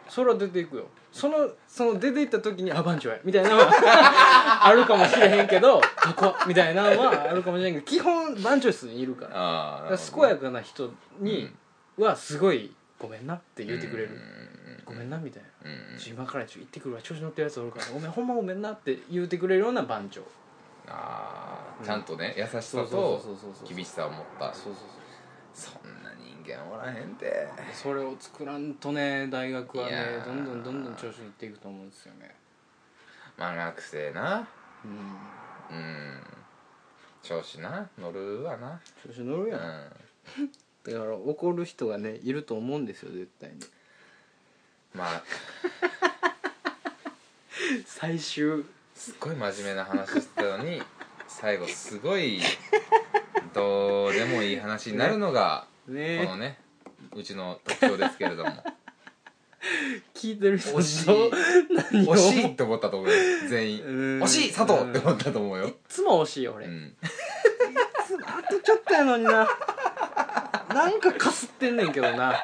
[SPEAKER 1] それは出ていくよそのその出ていった時に「あ番長や」みたいなの はあるかもしれへんけど「あこみたいなのはあるかもしれへんけど基本番長室にいるから
[SPEAKER 2] あ
[SPEAKER 1] だ
[SPEAKER 2] あ
[SPEAKER 1] から健やかな人にはすごい「ごめんな」って言ってくれる「ごめんな」みたいな
[SPEAKER 2] う
[SPEAKER 1] 「
[SPEAKER 2] ん
[SPEAKER 1] ちょ今からちょ行ってくるわ調子乗ってるやつおるからご めんほんまごめんな」って言ってくれるような番長
[SPEAKER 2] あ
[SPEAKER 1] う
[SPEAKER 2] あ
[SPEAKER 1] ん
[SPEAKER 2] ちゃんとね優しさ
[SPEAKER 1] そう
[SPEAKER 2] と
[SPEAKER 1] そうそうそうそう
[SPEAKER 2] 厳しさを持った
[SPEAKER 1] そうそうそう
[SPEAKER 2] そんな人間おらへんて
[SPEAKER 1] それを作らんとね大学はいね
[SPEAKER 2] やー
[SPEAKER 1] どんどんどんどん調子にいっていくと思うんですよね
[SPEAKER 2] まあ学生な
[SPEAKER 1] うん
[SPEAKER 2] うん調子な乗るわな
[SPEAKER 1] 調子乗る
[SPEAKER 2] う
[SPEAKER 1] やんだ
[SPEAKER 2] ん
[SPEAKER 1] から怒る人がねいると思うんですよ絶対に
[SPEAKER 2] まあ
[SPEAKER 1] 最終
[SPEAKER 2] すっごい真面目な話してたのに最後すごいどうでもいい話になるのが、
[SPEAKER 1] ね
[SPEAKER 2] このねうちの特徴ですけれども
[SPEAKER 1] 聞いてる人
[SPEAKER 2] 惜しい
[SPEAKER 1] どう何を
[SPEAKER 2] 惜しいって思ったと思うよ全員
[SPEAKER 1] うん
[SPEAKER 2] 惜しい佐藤って思ったと思う
[SPEAKER 1] い
[SPEAKER 2] よ、
[SPEAKER 1] つも惜しいよ俺、
[SPEAKER 2] うん、
[SPEAKER 1] あとちょっとやのにななんかかすってんねんけどな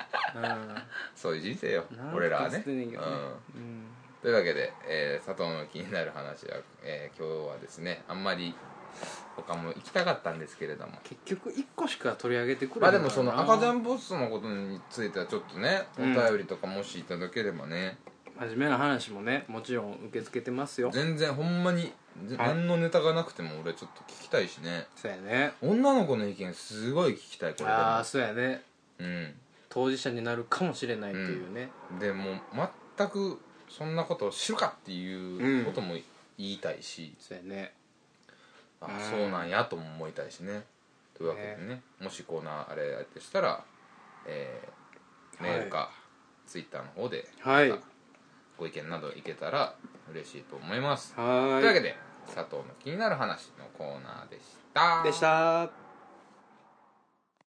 [SPEAKER 2] そういう人生よ
[SPEAKER 1] うんなんか
[SPEAKER 2] 俺らは
[SPEAKER 1] かすっ
[SPEAKER 2] ね
[SPEAKER 1] てんねんけどね
[SPEAKER 2] うん
[SPEAKER 1] うん
[SPEAKER 2] というわけで、えー佐藤の気になる話は、えー今日はですねあんまり他も行きたかったんですけれども
[SPEAKER 1] 結局1個しか取り上げてくれ
[SPEAKER 2] まあ
[SPEAKER 1] へ
[SPEAKER 2] で
[SPEAKER 1] んから
[SPEAKER 2] もその
[SPEAKER 1] な
[SPEAKER 2] 赤ちゃんボスのことについてはちょっとねお
[SPEAKER 1] うん
[SPEAKER 2] 便りとかもしいただければね、
[SPEAKER 1] 真面目な話もねもちろん受け付けてますよ
[SPEAKER 2] 全然ほんまにぜ
[SPEAKER 1] はい
[SPEAKER 2] 何のネタがなくても俺ちょっと聞きたいしね
[SPEAKER 1] そうやね
[SPEAKER 2] 女の子の意見すごい聞きたいこれ
[SPEAKER 1] ああそうやね
[SPEAKER 2] でも
[SPEAKER 1] 当事者になるかもしれないっていうね、
[SPEAKER 2] うんでもう全くそんなことを知るかっていうことも言いたいし、
[SPEAKER 1] そうやね
[SPEAKER 2] あ
[SPEAKER 1] うん
[SPEAKER 2] そうなんやとも思いたいしねというわけでねもしコーナーあれでしたらえーメールか、ツイッターの方で
[SPEAKER 1] はい
[SPEAKER 2] またご意見などいけたら嬉しいと思います
[SPEAKER 4] は
[SPEAKER 2] というわ
[SPEAKER 4] ーい
[SPEAKER 2] けで佐藤の気になる話のコーナーでした
[SPEAKER 4] でした